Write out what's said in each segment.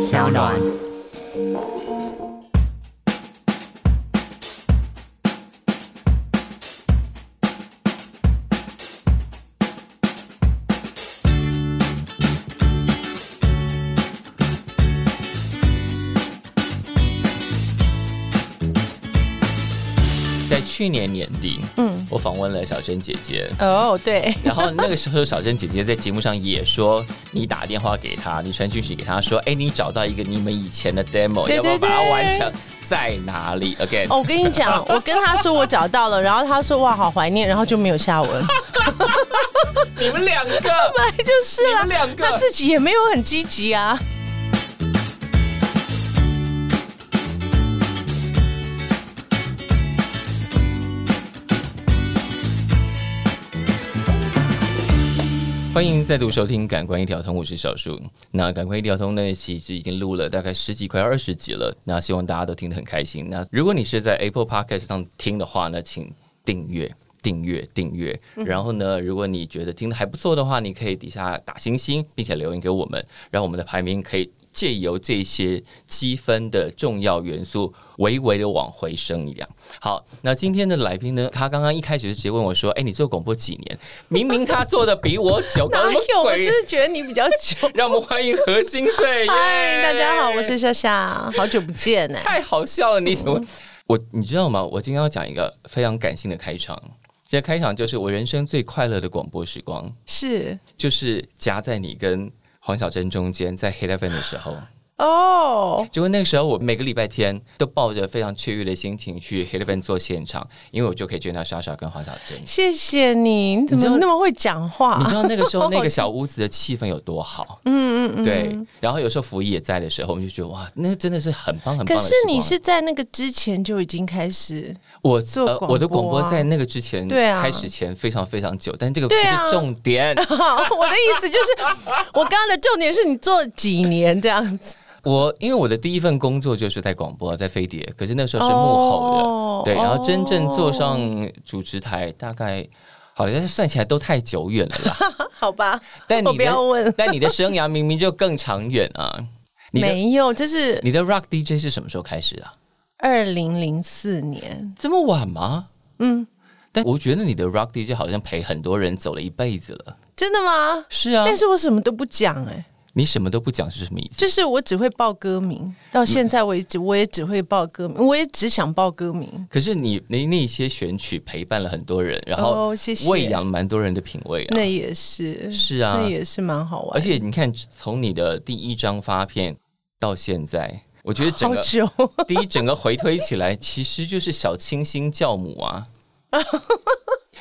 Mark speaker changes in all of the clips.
Speaker 1: 小暖。在去年年底，
Speaker 2: 嗯，
Speaker 1: 我访问了小珍姐姐，
Speaker 2: 哦，对，
Speaker 1: 然后那个时候，小珍姐姐在节目上也说，你打电话给她，你传讯息给她说，哎，你找到一个你们以前的 demo，
Speaker 2: 对对
Speaker 1: 要不要把它
Speaker 2: 对
Speaker 1: 完成？在哪里？Again，、
Speaker 2: 哦，我跟 你讲，我跟他说我找到了，然后他说哇，好怀念，然后就没有 下文，
Speaker 1: 你们两个
Speaker 2: 本来就是啦，
Speaker 1: 你们两个
Speaker 2: 他自己也没有很积极啊。
Speaker 1: 欢迎再度收听《感官一条通》，我是小树。那《感官一条通》那一期是已经录了大概十几快二十集了，那希望大家都听得很开心。那如果你是在 Apple Podcast 上听的话呢，请订阅。订阅订阅，
Speaker 2: 嗯
Speaker 1: 然后呢，如果你觉得听的还不错的话，你可以底下打星星，并且留言给我们，让我们的排名可以借由这些积分的重要元素，微微的往回升一样。好，那今天的来宾呢，他刚刚一开始就直接问我说：“哎，你做广播几年？”明明他做的比我久，搞
Speaker 2: 哪
Speaker 1: 什么
Speaker 2: 有？我
Speaker 1: 鬼
Speaker 2: 真是觉得你 比较久。
Speaker 1: 让我们欢迎何心碎。
Speaker 2: 嗨，
Speaker 1: 耶
Speaker 2: 大家好，我是夏夏，好久不见哎、
Speaker 1: 太好笑了，你怎么？我你知道吗？我今天要讲一个非常感性的开场。这开场就是我人生最快乐的广播时光，
Speaker 2: 是
Speaker 1: 就是夹在你跟黄小珍中间，在 Hit FM 的时候。
Speaker 2: 哦，
Speaker 1: 结果那个时候，我每个礼拜天都抱着非常雀跃的心情去 Hit FM 做现场，因为我就可以见到莎莎跟黄小珍。
Speaker 2: 谢谢你，你怎
Speaker 1: 你知
Speaker 2: 么
Speaker 1: 道
Speaker 2: 那么会讲话
Speaker 1: 你？知道那个时候那个小屋子的气氛有多好？
Speaker 2: 嗯嗯嗯。
Speaker 1: 对，然后有时候福姨也在的时候，我们就觉得哇，那真的是很棒很棒的时光。
Speaker 2: 可是你是在那个之前就已经开始，
Speaker 1: 我
Speaker 2: 做
Speaker 1: 呃
Speaker 2: 广
Speaker 1: 我的
Speaker 2: 播
Speaker 1: 广播
Speaker 2: 啊
Speaker 1: 在那个之前，
Speaker 2: 对啊
Speaker 1: 开始前非常非常久，但这个不
Speaker 2: 对啊
Speaker 1: 是重 点。
Speaker 2: 我的意思就是，我刚刚的重点是你做了几年这样子，
Speaker 1: 我因为我的第一份工作就是在广播，在飞碟，可是那时候是幕后的，
Speaker 2: 哦
Speaker 1: 对，然后真正坐
Speaker 2: 哦
Speaker 1: 上主持台，大概好像算起来都太久远了啦。
Speaker 2: 哦好吧？
Speaker 1: 但
Speaker 2: 我
Speaker 1: 你
Speaker 2: 不要
Speaker 1: 的，
Speaker 2: 问
Speaker 1: 但你的生涯明明就更长远 啊！你的
Speaker 2: 没有，这是
Speaker 1: 你的 rock DJ 是什么时候开始啊？
Speaker 2: 二零零四年，
Speaker 1: 这么晚吗？
Speaker 2: 嗯，
Speaker 1: 但我觉得你的 rock DJ 好像陪很多人走了一辈子了。
Speaker 2: 真的吗？
Speaker 1: 是啊，
Speaker 2: 但是我什么都不讲哎、
Speaker 1: 你什么都不讲是什么意思？啊
Speaker 2: 就是我只会报歌名，到现在为止我也只会报歌名，我也只想报歌名。
Speaker 1: 可是你那那些选曲陪伴了很多人，然后
Speaker 2: 哦，谢谢。
Speaker 1: 喂养蛮多人的品味啊。
Speaker 2: 那也是，
Speaker 1: 是啊
Speaker 2: 那也是蛮好玩，
Speaker 1: 而且你看，从你的第一张发片到现在，我觉得整
Speaker 2: 好
Speaker 1: 个
Speaker 2: 久。
Speaker 1: 第一整个回推起来，其实就是小清新教母 啊。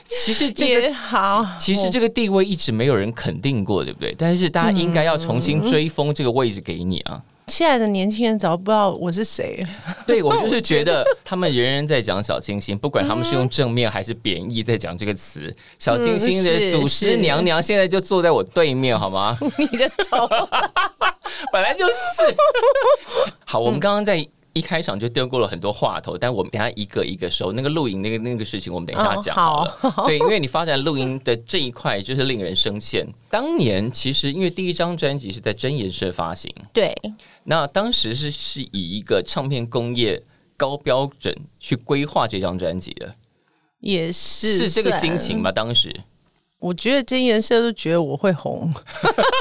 Speaker 1: 其实 这
Speaker 2: 也
Speaker 1: 个。
Speaker 2: 好，哦
Speaker 1: 其实这个地位一直没有人肯定过，对不对？但是大家应该要重新
Speaker 2: 嗯
Speaker 1: 追封这个位置给你啊！
Speaker 2: 现在的年轻人早不知道我是谁 了。
Speaker 1: 对我就是觉得嗯他们人人在讲小清新，不管他们是用正面还是贬义在讲这个词，小清新的
Speaker 2: 是
Speaker 1: 祖师
Speaker 2: 是
Speaker 1: 娘娘现在就坐在我对面，好 吗？
Speaker 2: 你的头，
Speaker 1: 本来就是。好，我们刚刚在。一开场就丢过了很多话头，但我们等一下一个一个收。那个录影那个那个事情，我们等一下讲
Speaker 2: 哦好
Speaker 1: 好了。对，因为你发展录音的这一块，就是令人生羡。当年其实因为第一张专辑是在真言社发行，
Speaker 2: 对，
Speaker 1: 那当时是是以一个唱片工业高标准去规划这张专辑的，
Speaker 2: 也是
Speaker 1: 是这个
Speaker 2: 算
Speaker 1: 心情吧？当时
Speaker 2: 我觉得真颜色都觉得我会红，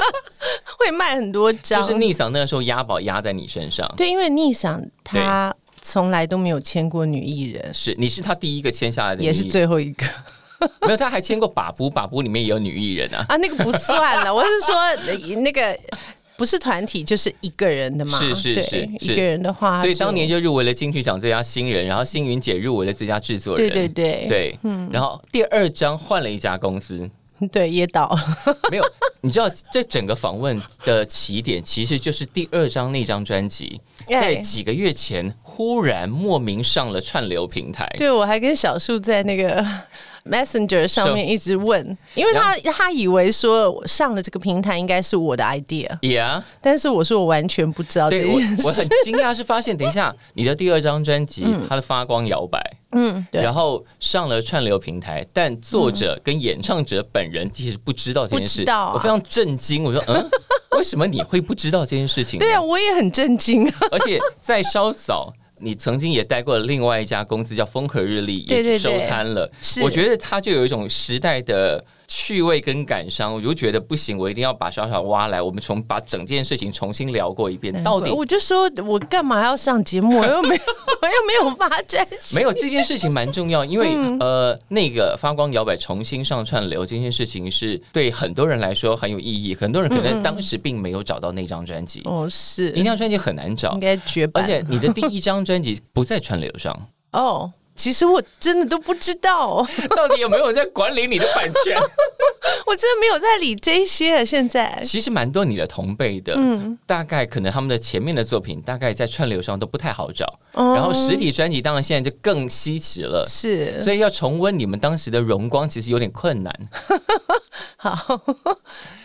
Speaker 2: 会卖很多
Speaker 1: 就
Speaker 2: 张。
Speaker 1: 是逆嗓那个时候押宝压在你身上，
Speaker 2: 对，因为逆想他从来都没有签过女艺人，
Speaker 1: 是你是他第一个签下来的女艺
Speaker 2: 也
Speaker 1: 人，
Speaker 2: 是最后一个
Speaker 1: 没有，他还签过把布，把布里面也有女艺人啊。
Speaker 2: 啊，那个不算了。我是说呃那个不是团体，就是一个人的嘛。
Speaker 1: 是是
Speaker 2: 对
Speaker 1: 是是
Speaker 2: 一个人的话就，
Speaker 1: 所以当年就入围了金曲奖最佳新人，然后星云姐入围了最佳制作人，
Speaker 2: 对对对
Speaker 1: 对，嗯，然后第二张换了一家公司，
Speaker 2: 对也倒了，
Speaker 1: 没有， 你知道这整个访问的起点其实就是第二张那张专辑，在
Speaker 2: 哎
Speaker 1: 几个月前忽然莫名上了串流平台，
Speaker 2: 对我还跟小树在那个 Messenger 上面一直问，因为他他以为说我上了这个平台应该是我的 idea，
Speaker 1: ，Yeah，
Speaker 2: 但是我说我完全啊不知道这
Speaker 1: 对我
Speaker 2: 件事。
Speaker 1: 我很惊讶是发现，等一下你的第二张专辑它的发光摇摆，
Speaker 2: 嗯， 对，
Speaker 1: 然后上了串流平台，但作者跟演唱者本人其实不知道这件
Speaker 2: 不
Speaker 1: 事，
Speaker 2: 知道啊
Speaker 1: 我非常震惊。我说，嗯，为什么你会不知道这件事情？
Speaker 2: 对啊，，我也很震惊啊。
Speaker 1: 而且在稍早，你曾经也带过另外一家公司叫风和日丽，
Speaker 2: 对
Speaker 1: 也
Speaker 2: 对对
Speaker 1: 收摊了。
Speaker 2: 是
Speaker 1: 我觉得它就有一种时代的趣味跟感伤，我就觉得不行，我一定要把小小挖来，我们重把整件事情重新聊过一遍，到底
Speaker 2: 我就说我干嘛要上 节目？我又没有， 我又没有发专辑。
Speaker 1: 没有这件事情蛮重要，因为、
Speaker 2: 嗯
Speaker 1: 呃，那个发光摇摆重新上串流这件事情是对很多人来说很有意义，很多人可能当时并没有找到那张专辑，
Speaker 2: 嗯哦，是
Speaker 1: 那张专辑很难找
Speaker 2: 应，该绝版。
Speaker 1: 而且你的第一张专辑不在串流上，
Speaker 2: 哦，其实我真的都不知道，
Speaker 1: 到底有没有在管理你的版权？
Speaker 2: 我真的没有在理这些。啊现在
Speaker 1: 其实蛮多你的同辈的，
Speaker 2: 嗯
Speaker 1: 大概可能他们的前面的作品大概在串流上都不太好找，
Speaker 2: 哦
Speaker 1: 然后实体专辑当然现在就更稀奇了。
Speaker 2: 是
Speaker 1: 所以要重温你们当时的荣光，其实有点困难。
Speaker 2: 好，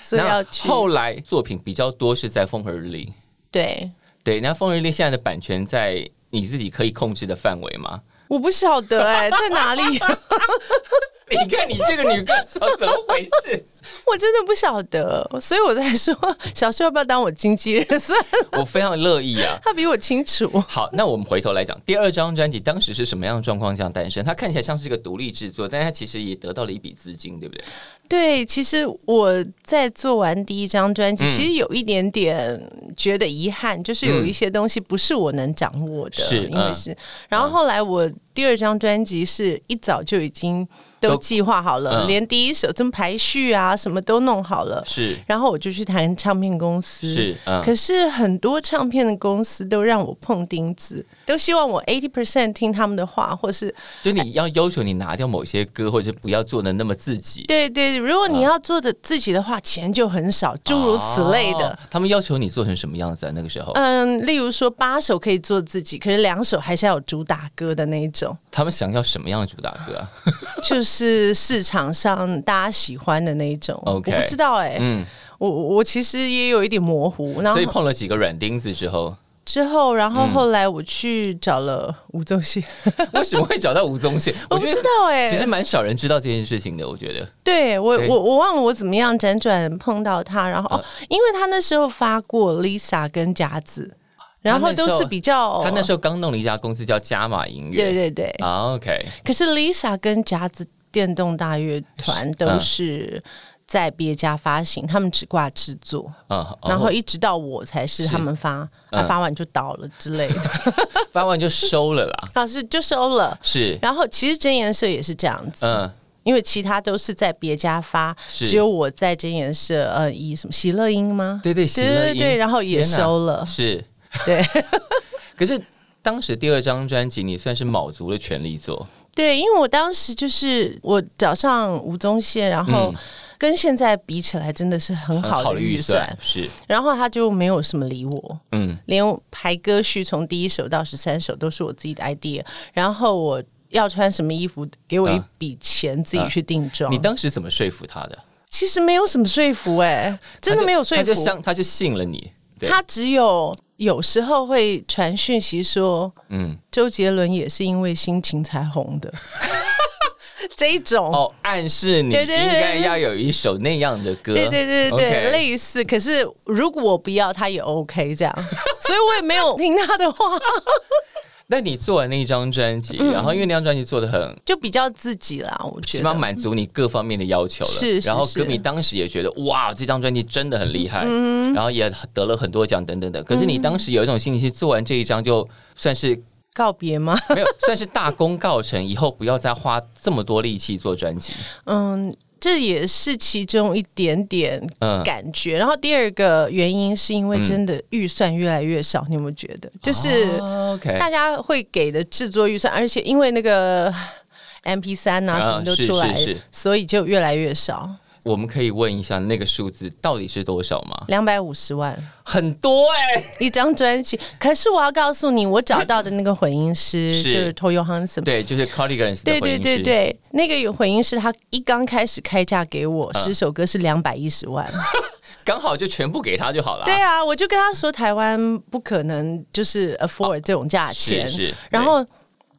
Speaker 2: 所以要
Speaker 1: 那
Speaker 2: 去
Speaker 1: 后来作品比较多是在风和日丽，
Speaker 2: 对。
Speaker 1: 对，那风和日丽现在的版权在你自己可以控制的范围吗？
Speaker 2: 我不晓得哎、在哪里？
Speaker 1: 你看你这个女歌手怎么回事？
Speaker 2: 我真的不晓得，所以我在说， 小时候要不要当我经纪人？ 虽然
Speaker 1: 我非常乐意啊。
Speaker 2: 他比我清楚。
Speaker 1: 好，那我们回头来讲第二张专辑，当时是什么样的状况下诞生？它看起来像是一个独立制作，但它其实也得到了一笔资金，对不对？
Speaker 2: 对，其实我在做完第一张专
Speaker 1: 嗯
Speaker 2: 辑，其实有一点点觉得遗憾，就是有一些东西不是我能掌握的，
Speaker 1: 是
Speaker 2: 因为
Speaker 1: 嗯
Speaker 2: 是。然后后来我第二张专辑是一早就已经
Speaker 1: 都
Speaker 2: 都计划好了，
Speaker 1: 嗯
Speaker 2: 连第一首怎么排序啊，什么都弄好了。
Speaker 1: 是
Speaker 2: 然后我就去谈唱片公司，
Speaker 1: 是，嗯，
Speaker 2: 可是很多唱片的公司都让我碰钉子，都希望我 eighty percent 听他们的话，或是
Speaker 1: 就你要要求你拿掉某些歌，或者是不要做的那么自己，
Speaker 2: 对对，如果
Speaker 1: 啊
Speaker 2: 你要做的自己的话，钱就很少，诸如此类的。
Speaker 1: 哦他们要求你做成什么样子啊？那个时候，
Speaker 2: 嗯，例如说八首可以做自己，可是两首还是要有主打歌的那 一种，
Speaker 1: 他们想要什么样的主打歌啊？
Speaker 2: 就是市场上大家喜欢的那一种。
Speaker 1: OK
Speaker 2: 我不知道哎、
Speaker 1: 嗯，
Speaker 2: 我我其实也有一点模糊。然后
Speaker 1: 所以嗯碰了几个软钉子之后，
Speaker 2: 之后，然后后来我去找了吴宗 宪，
Speaker 1: 为什么会找到吴宗宪？
Speaker 2: 我不知道哎、
Speaker 1: 其实蛮少人知道这件事情的，我觉得。
Speaker 2: 对我
Speaker 1: 对
Speaker 2: 我我忘了我怎么样辗转碰到他，然后、
Speaker 1: 嗯
Speaker 2: 哦，因为他那时候发过 Lisa 跟甲子，然后都是比较
Speaker 1: 他那时候刚弄了一家公司叫加码音乐，
Speaker 2: 哦对对对，
Speaker 1: 啊，OK，
Speaker 2: 可是 Lisa 跟甲子电动大乐团
Speaker 1: 嗯
Speaker 2: 都是。在别家发行，他们只挂制作，
Speaker 1: 嗯，
Speaker 2: 然后一直到我才是他们发，啊、
Speaker 1: 嗯
Speaker 2: 发完就倒了之 类的，
Speaker 1: 发完就收了啦，
Speaker 2: 老师就收了。
Speaker 1: 是，
Speaker 2: 然后其实真颜社也是这样子，
Speaker 1: 嗯，
Speaker 2: 因为其他都是在别家发，
Speaker 1: 是
Speaker 2: 只有我在真颜社，呃，以什么喜乐音吗？
Speaker 1: 对对，喜
Speaker 2: 对
Speaker 1: 乐
Speaker 2: 对
Speaker 1: 音
Speaker 2: 对，然后也
Speaker 1: 天哪
Speaker 2: 收了，
Speaker 1: 是，
Speaker 2: 对
Speaker 1: 可是当时第二张专辑你算是卯足了全力做，
Speaker 2: 对，因为我当时就是我找上吴宗宪，然后跟现在比起来真的是很
Speaker 1: 嗯很
Speaker 2: 好
Speaker 1: 好
Speaker 2: 的
Speaker 1: 的
Speaker 2: 预
Speaker 1: 预
Speaker 2: 算，
Speaker 1: 算是，
Speaker 2: 然后他就没有什么理我。
Speaker 1: 嗯，
Speaker 2: 连排歌序从第一首到十三首都是我自己的 idea，然后我要穿什么衣服，给我一
Speaker 1: 嗯
Speaker 2: 笔钱自己去定妆。
Speaker 1: 啊你当时怎么说服他的？
Speaker 2: 其实没有什么说服哎、 真的没有说
Speaker 1: 他
Speaker 2: 服
Speaker 1: 就，相他就信了你，对，
Speaker 2: 他只有有时候会传讯息说，
Speaker 1: 嗯，
Speaker 2: 周杰伦也是因为心情才红的， 这一种。
Speaker 1: 哦，暗示你
Speaker 2: 对
Speaker 1: 应
Speaker 2: 对对
Speaker 1: 该要有一首那样的歌，
Speaker 2: 对对对对对
Speaker 1: OK
Speaker 2: 类似。可是如果我不要，他也 OK 这样，所以我也没有听他的话，
Speaker 1: 那你做完那一张专辑，
Speaker 2: 嗯
Speaker 1: 然后因为那张专辑做的很。
Speaker 2: 就比较自己啦。我觉
Speaker 1: 起码
Speaker 2: 得
Speaker 1: 满足你各方面的要求了，
Speaker 2: 是是
Speaker 1: 然后
Speaker 2: 是
Speaker 1: 歌迷当时也觉得哇，这张专辑真的很厉害，
Speaker 2: 嗯
Speaker 1: 然后也得了很多奖等等等。可是你当时有一种心情是做完这一张就算是
Speaker 2: 告别吗？
Speaker 1: 没有，算是大功告成，以后不要再花这么多力气做专辑。
Speaker 2: 嗯，这也是其中一点点
Speaker 1: 嗯，
Speaker 2: 感觉。然后第二个原因是因为真的预算越来越少，你有没有觉得？就是
Speaker 1: 哦 OK，
Speaker 2: 大家会给的制作预算，而且因为那个 MP 三啊
Speaker 1: 啊
Speaker 2: 什么都
Speaker 1: 是
Speaker 2: 出来，
Speaker 1: 是是
Speaker 2: 所以就越来越少，
Speaker 1: 我们可以问一下那个数字到底是多少吗？
Speaker 2: 两百五十万。
Speaker 1: 很多哎、
Speaker 2: 一张专辑。可是我要告诉你，我找到的那个混音师
Speaker 1: 是
Speaker 2: 就是 Toyo Hansen。
Speaker 1: 对，就是 Cardigans 的
Speaker 2: 对
Speaker 1: 回
Speaker 2: 对
Speaker 1: 音
Speaker 2: 对
Speaker 1: 是，
Speaker 2: 对，那个混音师他一刚开始开价给我十首歌是两百一十万，
Speaker 1: 刚嗯好就全部给他就好了。
Speaker 2: 对啊，我就跟他说台湾不可能就是 afford 这种价钱，
Speaker 1: 哦是是
Speaker 2: 然后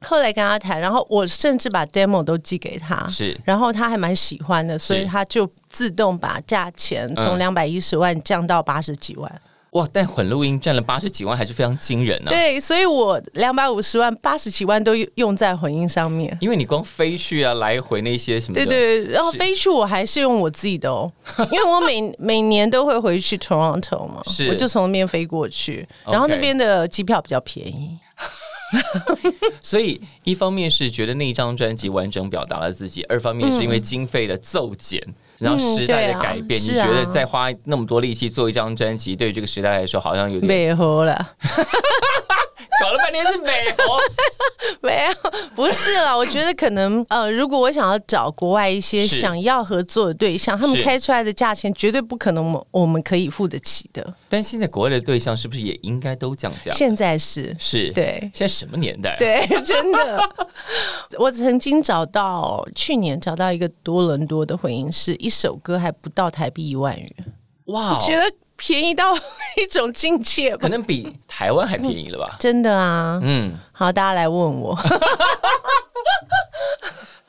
Speaker 2: 后来跟他谈，然后我甚至把 demo 都寄给他，
Speaker 1: 是
Speaker 2: 然后他还蛮喜欢的，所以
Speaker 1: 是
Speaker 2: 他就自动把价钱
Speaker 1: 嗯
Speaker 2: 从两百一十万降到八十几万。
Speaker 1: 哇，但混录音占了八十几万，还是非常惊人呢、啊。
Speaker 2: 对，所以我两百五十万、八十几万都用在混音上面。
Speaker 1: 因为你光飞去啊，来回那些什么的，
Speaker 2: 对对，然后
Speaker 1: 是
Speaker 2: 飞去我还是用我自己的哦， 因为我每每年都会回去 Toronto 嘛
Speaker 1: 是，
Speaker 2: 我就从那边飞过去，
Speaker 1: OK
Speaker 2: 然后那边的机票比较便宜。
Speaker 1: 所以一方面是觉得那一张专辑完整表达了自己，二方面是因为经费的骤减。然后时代的改变，
Speaker 2: 嗯
Speaker 1: 你
Speaker 2: 对啊
Speaker 1: 觉得
Speaker 2: 是啊
Speaker 1: 再花那么多力气做一张专辑，对于这个时代来说好像有点
Speaker 2: 没有了，
Speaker 1: 搞了半天是美猴，
Speaker 2: 没有，不是 啦。我觉得可能呃，如果我想要找国外一些
Speaker 1: 是
Speaker 2: 想要合作的对象，他们
Speaker 1: 是
Speaker 2: 开出来的价钱绝对不可能我们我们可以付得起的。
Speaker 1: 但现在国外的对象是不是也应该都降价？
Speaker 2: 现在是，
Speaker 1: 是，
Speaker 2: 对
Speaker 1: 现在什么年代、啊？，
Speaker 2: 对，真的。 我曾经找到去年找到一个多伦多的混音室，一首歌还不到台币一万元，
Speaker 1: 哦哇、
Speaker 2: 觉得便宜到 一种境界吧
Speaker 1: 可。能比台湾还便宜了吧？
Speaker 2: 真的啊，
Speaker 1: 嗯，
Speaker 2: 好，大家来 问我，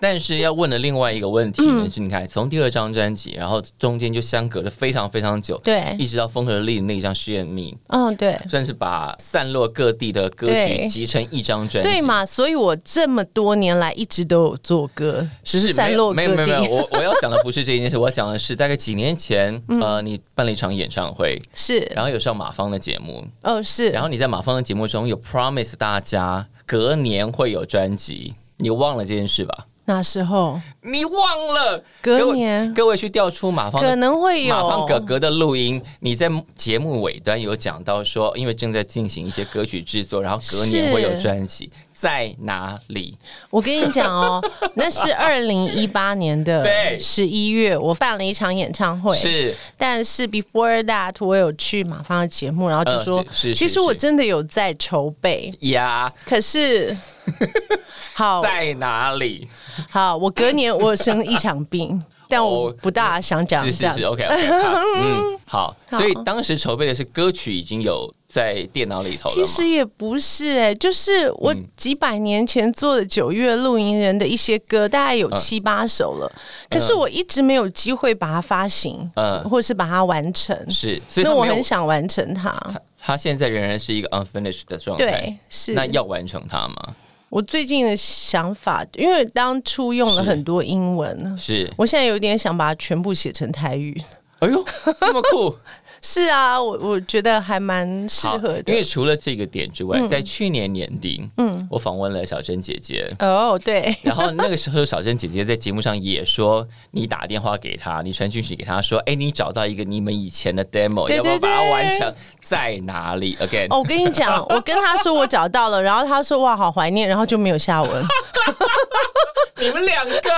Speaker 1: 但是要问的另外一个问题
Speaker 2: 嗯
Speaker 1: 呢，是你看从第二张专辑，然后中间就相隔了非常非常久，
Speaker 2: 对
Speaker 1: 一直到风和力那一张《试验命
Speaker 2: 嗯，对，》，
Speaker 1: 算是把散落各地的歌曲
Speaker 2: 对
Speaker 1: 集成一张专辑，
Speaker 2: 对？嘛，所以我这么多年来一直都有做歌，只是散落
Speaker 1: 没有
Speaker 2: 各
Speaker 1: 没有没有，没有
Speaker 2: 地，
Speaker 1: 我我要讲的不是这一件事，我要讲的是大概几年前，
Speaker 2: 嗯
Speaker 1: 呃，你办了一场演唱会，
Speaker 2: 是，
Speaker 1: 然后有上马芳的节目，
Speaker 2: 哦，是，
Speaker 1: 然后你在马芳的节目中有 promise 大家隔年会有专辑，你忘了这件事吧？
Speaker 2: 那时候
Speaker 1: 你忘了？
Speaker 2: 隔
Speaker 1: 各位
Speaker 2: 年
Speaker 1: 各位去调出马芳
Speaker 2: 可
Speaker 1: 的。
Speaker 2: 能会有
Speaker 1: 马芳哥哥的录音，你在节目尾端有讲到说，因为正在进行一些歌曲制作，然后隔年
Speaker 2: 是
Speaker 1: 会有专辑，在哪里？
Speaker 2: 我跟你 讲哦，那是二零一八年的
Speaker 1: 对
Speaker 2: 十一月，我办了一场演唱会。
Speaker 1: 是
Speaker 2: 但是 before that，我有去马芳的节目，然后就说，
Speaker 1: 嗯是是
Speaker 2: 其
Speaker 1: 是
Speaker 2: 实我真的有在筹备，
Speaker 1: 呀，
Speaker 2: 可是好
Speaker 1: 在哪里？
Speaker 2: 好，我隔年我生一场病，但我
Speaker 1: 哦
Speaker 2: 不大想讲
Speaker 1: 是
Speaker 2: 这
Speaker 1: 是
Speaker 2: 样
Speaker 1: 是
Speaker 2: 子。
Speaker 1: ，OK OK，嗯， 好。
Speaker 2: 好
Speaker 1: 所以当时筹备的是歌曲已经有在电脑里头了
Speaker 2: 其
Speaker 1: 吗？嗯
Speaker 2: 实也不是哎、就是我几百年前做的九月录音人的一些歌，大概有
Speaker 1: 嗯
Speaker 2: 七八首了，可是我一直没有机会把它发行，
Speaker 1: 嗯
Speaker 2: 或是把它完成。
Speaker 1: 是，所以
Speaker 2: 那
Speaker 1: 他
Speaker 2: 我
Speaker 1: 没有
Speaker 2: 很想完成它，
Speaker 1: 他现在仍然是一个 unfinished 的状态。
Speaker 2: 对，是。
Speaker 1: 那要完成它吗？
Speaker 2: 我最近的想法，因为当初用了
Speaker 1: 是
Speaker 2: 很多英文，
Speaker 1: 是，
Speaker 2: 我现在有点想把它全部写成台语。
Speaker 1: 哎呦，这么酷！
Speaker 2: 是啊，我我觉得还蛮适
Speaker 1: 好
Speaker 2: 合，
Speaker 1: 因
Speaker 2: 的。嗯
Speaker 1: 为除了这个点之外，在去年年底，嗯，我访问了小珍姐姐。
Speaker 2: 哦，对，
Speaker 1: 然后那个时候，小珍姐姐在节目上也说，你打电话给她，你传讯息给她说，哎，你找到一个你们以前的 demo，
Speaker 2: 对
Speaker 1: 要不要
Speaker 2: 对
Speaker 1: 把它
Speaker 2: 对
Speaker 1: 完成？在哪里？Again，
Speaker 2: 哦，我跟你讲，我跟他说我找到了，然后他说哇，好怀念，然后就没有下文， 本来
Speaker 1: 你们两 个，
Speaker 2: 就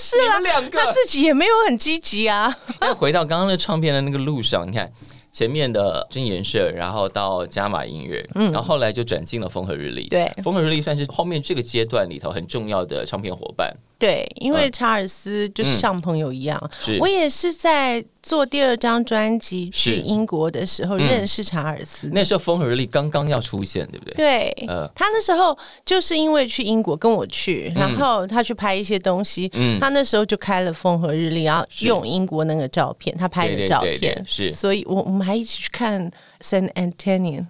Speaker 2: 是啊
Speaker 1: 你
Speaker 2: 啦
Speaker 1: 们。两
Speaker 2: 他
Speaker 1: 个。
Speaker 2: 自己也没有很积极啊，
Speaker 1: 但回到刚刚的唱片的那个路上，你看前面的真言社，然后到加码音乐，嗯，然后后来就转进了风和日丽。
Speaker 2: 对
Speaker 1: 风和日丽算是后面这个阶段里头很重要的唱片伙伴。
Speaker 2: 对，因为查尔斯就是像朋友一样，
Speaker 1: 是
Speaker 2: 我也嗯是在做第二张专辑去
Speaker 1: 是
Speaker 2: 英国的时候认识查尔斯的。
Speaker 1: 那时候风和日丽刚刚要出现，对不对？
Speaker 2: 对，
Speaker 1: 呃
Speaker 2: 他那时候就是因为去英国跟我去，然后他去拍一些东西，
Speaker 1: 嗯
Speaker 2: 他那时候就开了风和日丽，然后用英国那个照片，他拍
Speaker 1: 对
Speaker 2: 的
Speaker 1: 对
Speaker 2: 照
Speaker 1: 对
Speaker 2: 片，
Speaker 1: 对是
Speaker 2: 所以我我们还一起去看 San Antonio。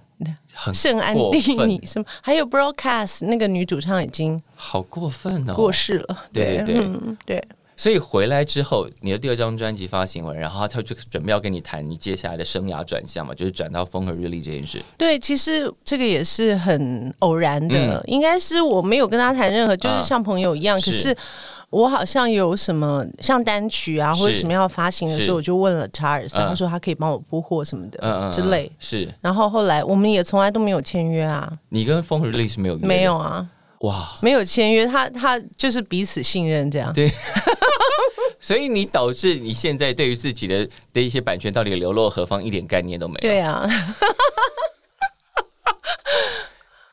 Speaker 1: 很
Speaker 2: 圣安
Speaker 1: 过
Speaker 2: 地
Speaker 1: 分
Speaker 2: 尼什么，还有 Broadcast 那个女主唱已经
Speaker 1: 好过分哦！
Speaker 2: 过世了，
Speaker 1: 对对对
Speaker 2: 嗯对，
Speaker 1: 所以回来之后，你的第二张专辑发行完，然后他就准备要跟你谈你接下来的生涯转向嘛，就是转到风和日丽这件事。
Speaker 2: 对，其实这个也是很偶然的，
Speaker 1: 嗯
Speaker 2: 应该是我没有跟他谈任何，就是像朋友一样。可
Speaker 1: 啊是
Speaker 2: 是我好像有什么像单曲啊，或者
Speaker 1: 是
Speaker 2: 什么要发行的时
Speaker 1: 是
Speaker 2: 候，我就问了查尔斯，
Speaker 1: 嗯
Speaker 2: 他说他可以帮我铺货什么
Speaker 1: 嗯嗯
Speaker 2: 的
Speaker 1: 嗯，
Speaker 2: 之类。
Speaker 1: 是
Speaker 2: 然后后来我们也从来都没有签约啊，
Speaker 1: 你跟风和日丽是没有约的
Speaker 2: 没有啊，
Speaker 1: 哇，
Speaker 2: 没有签约，他他就是彼此信任这样。
Speaker 1: 对，所以你导致你现在对于自己的的一些版权到底
Speaker 2: 啊
Speaker 1: 流落何方一点概念都没有。
Speaker 2: 对啊，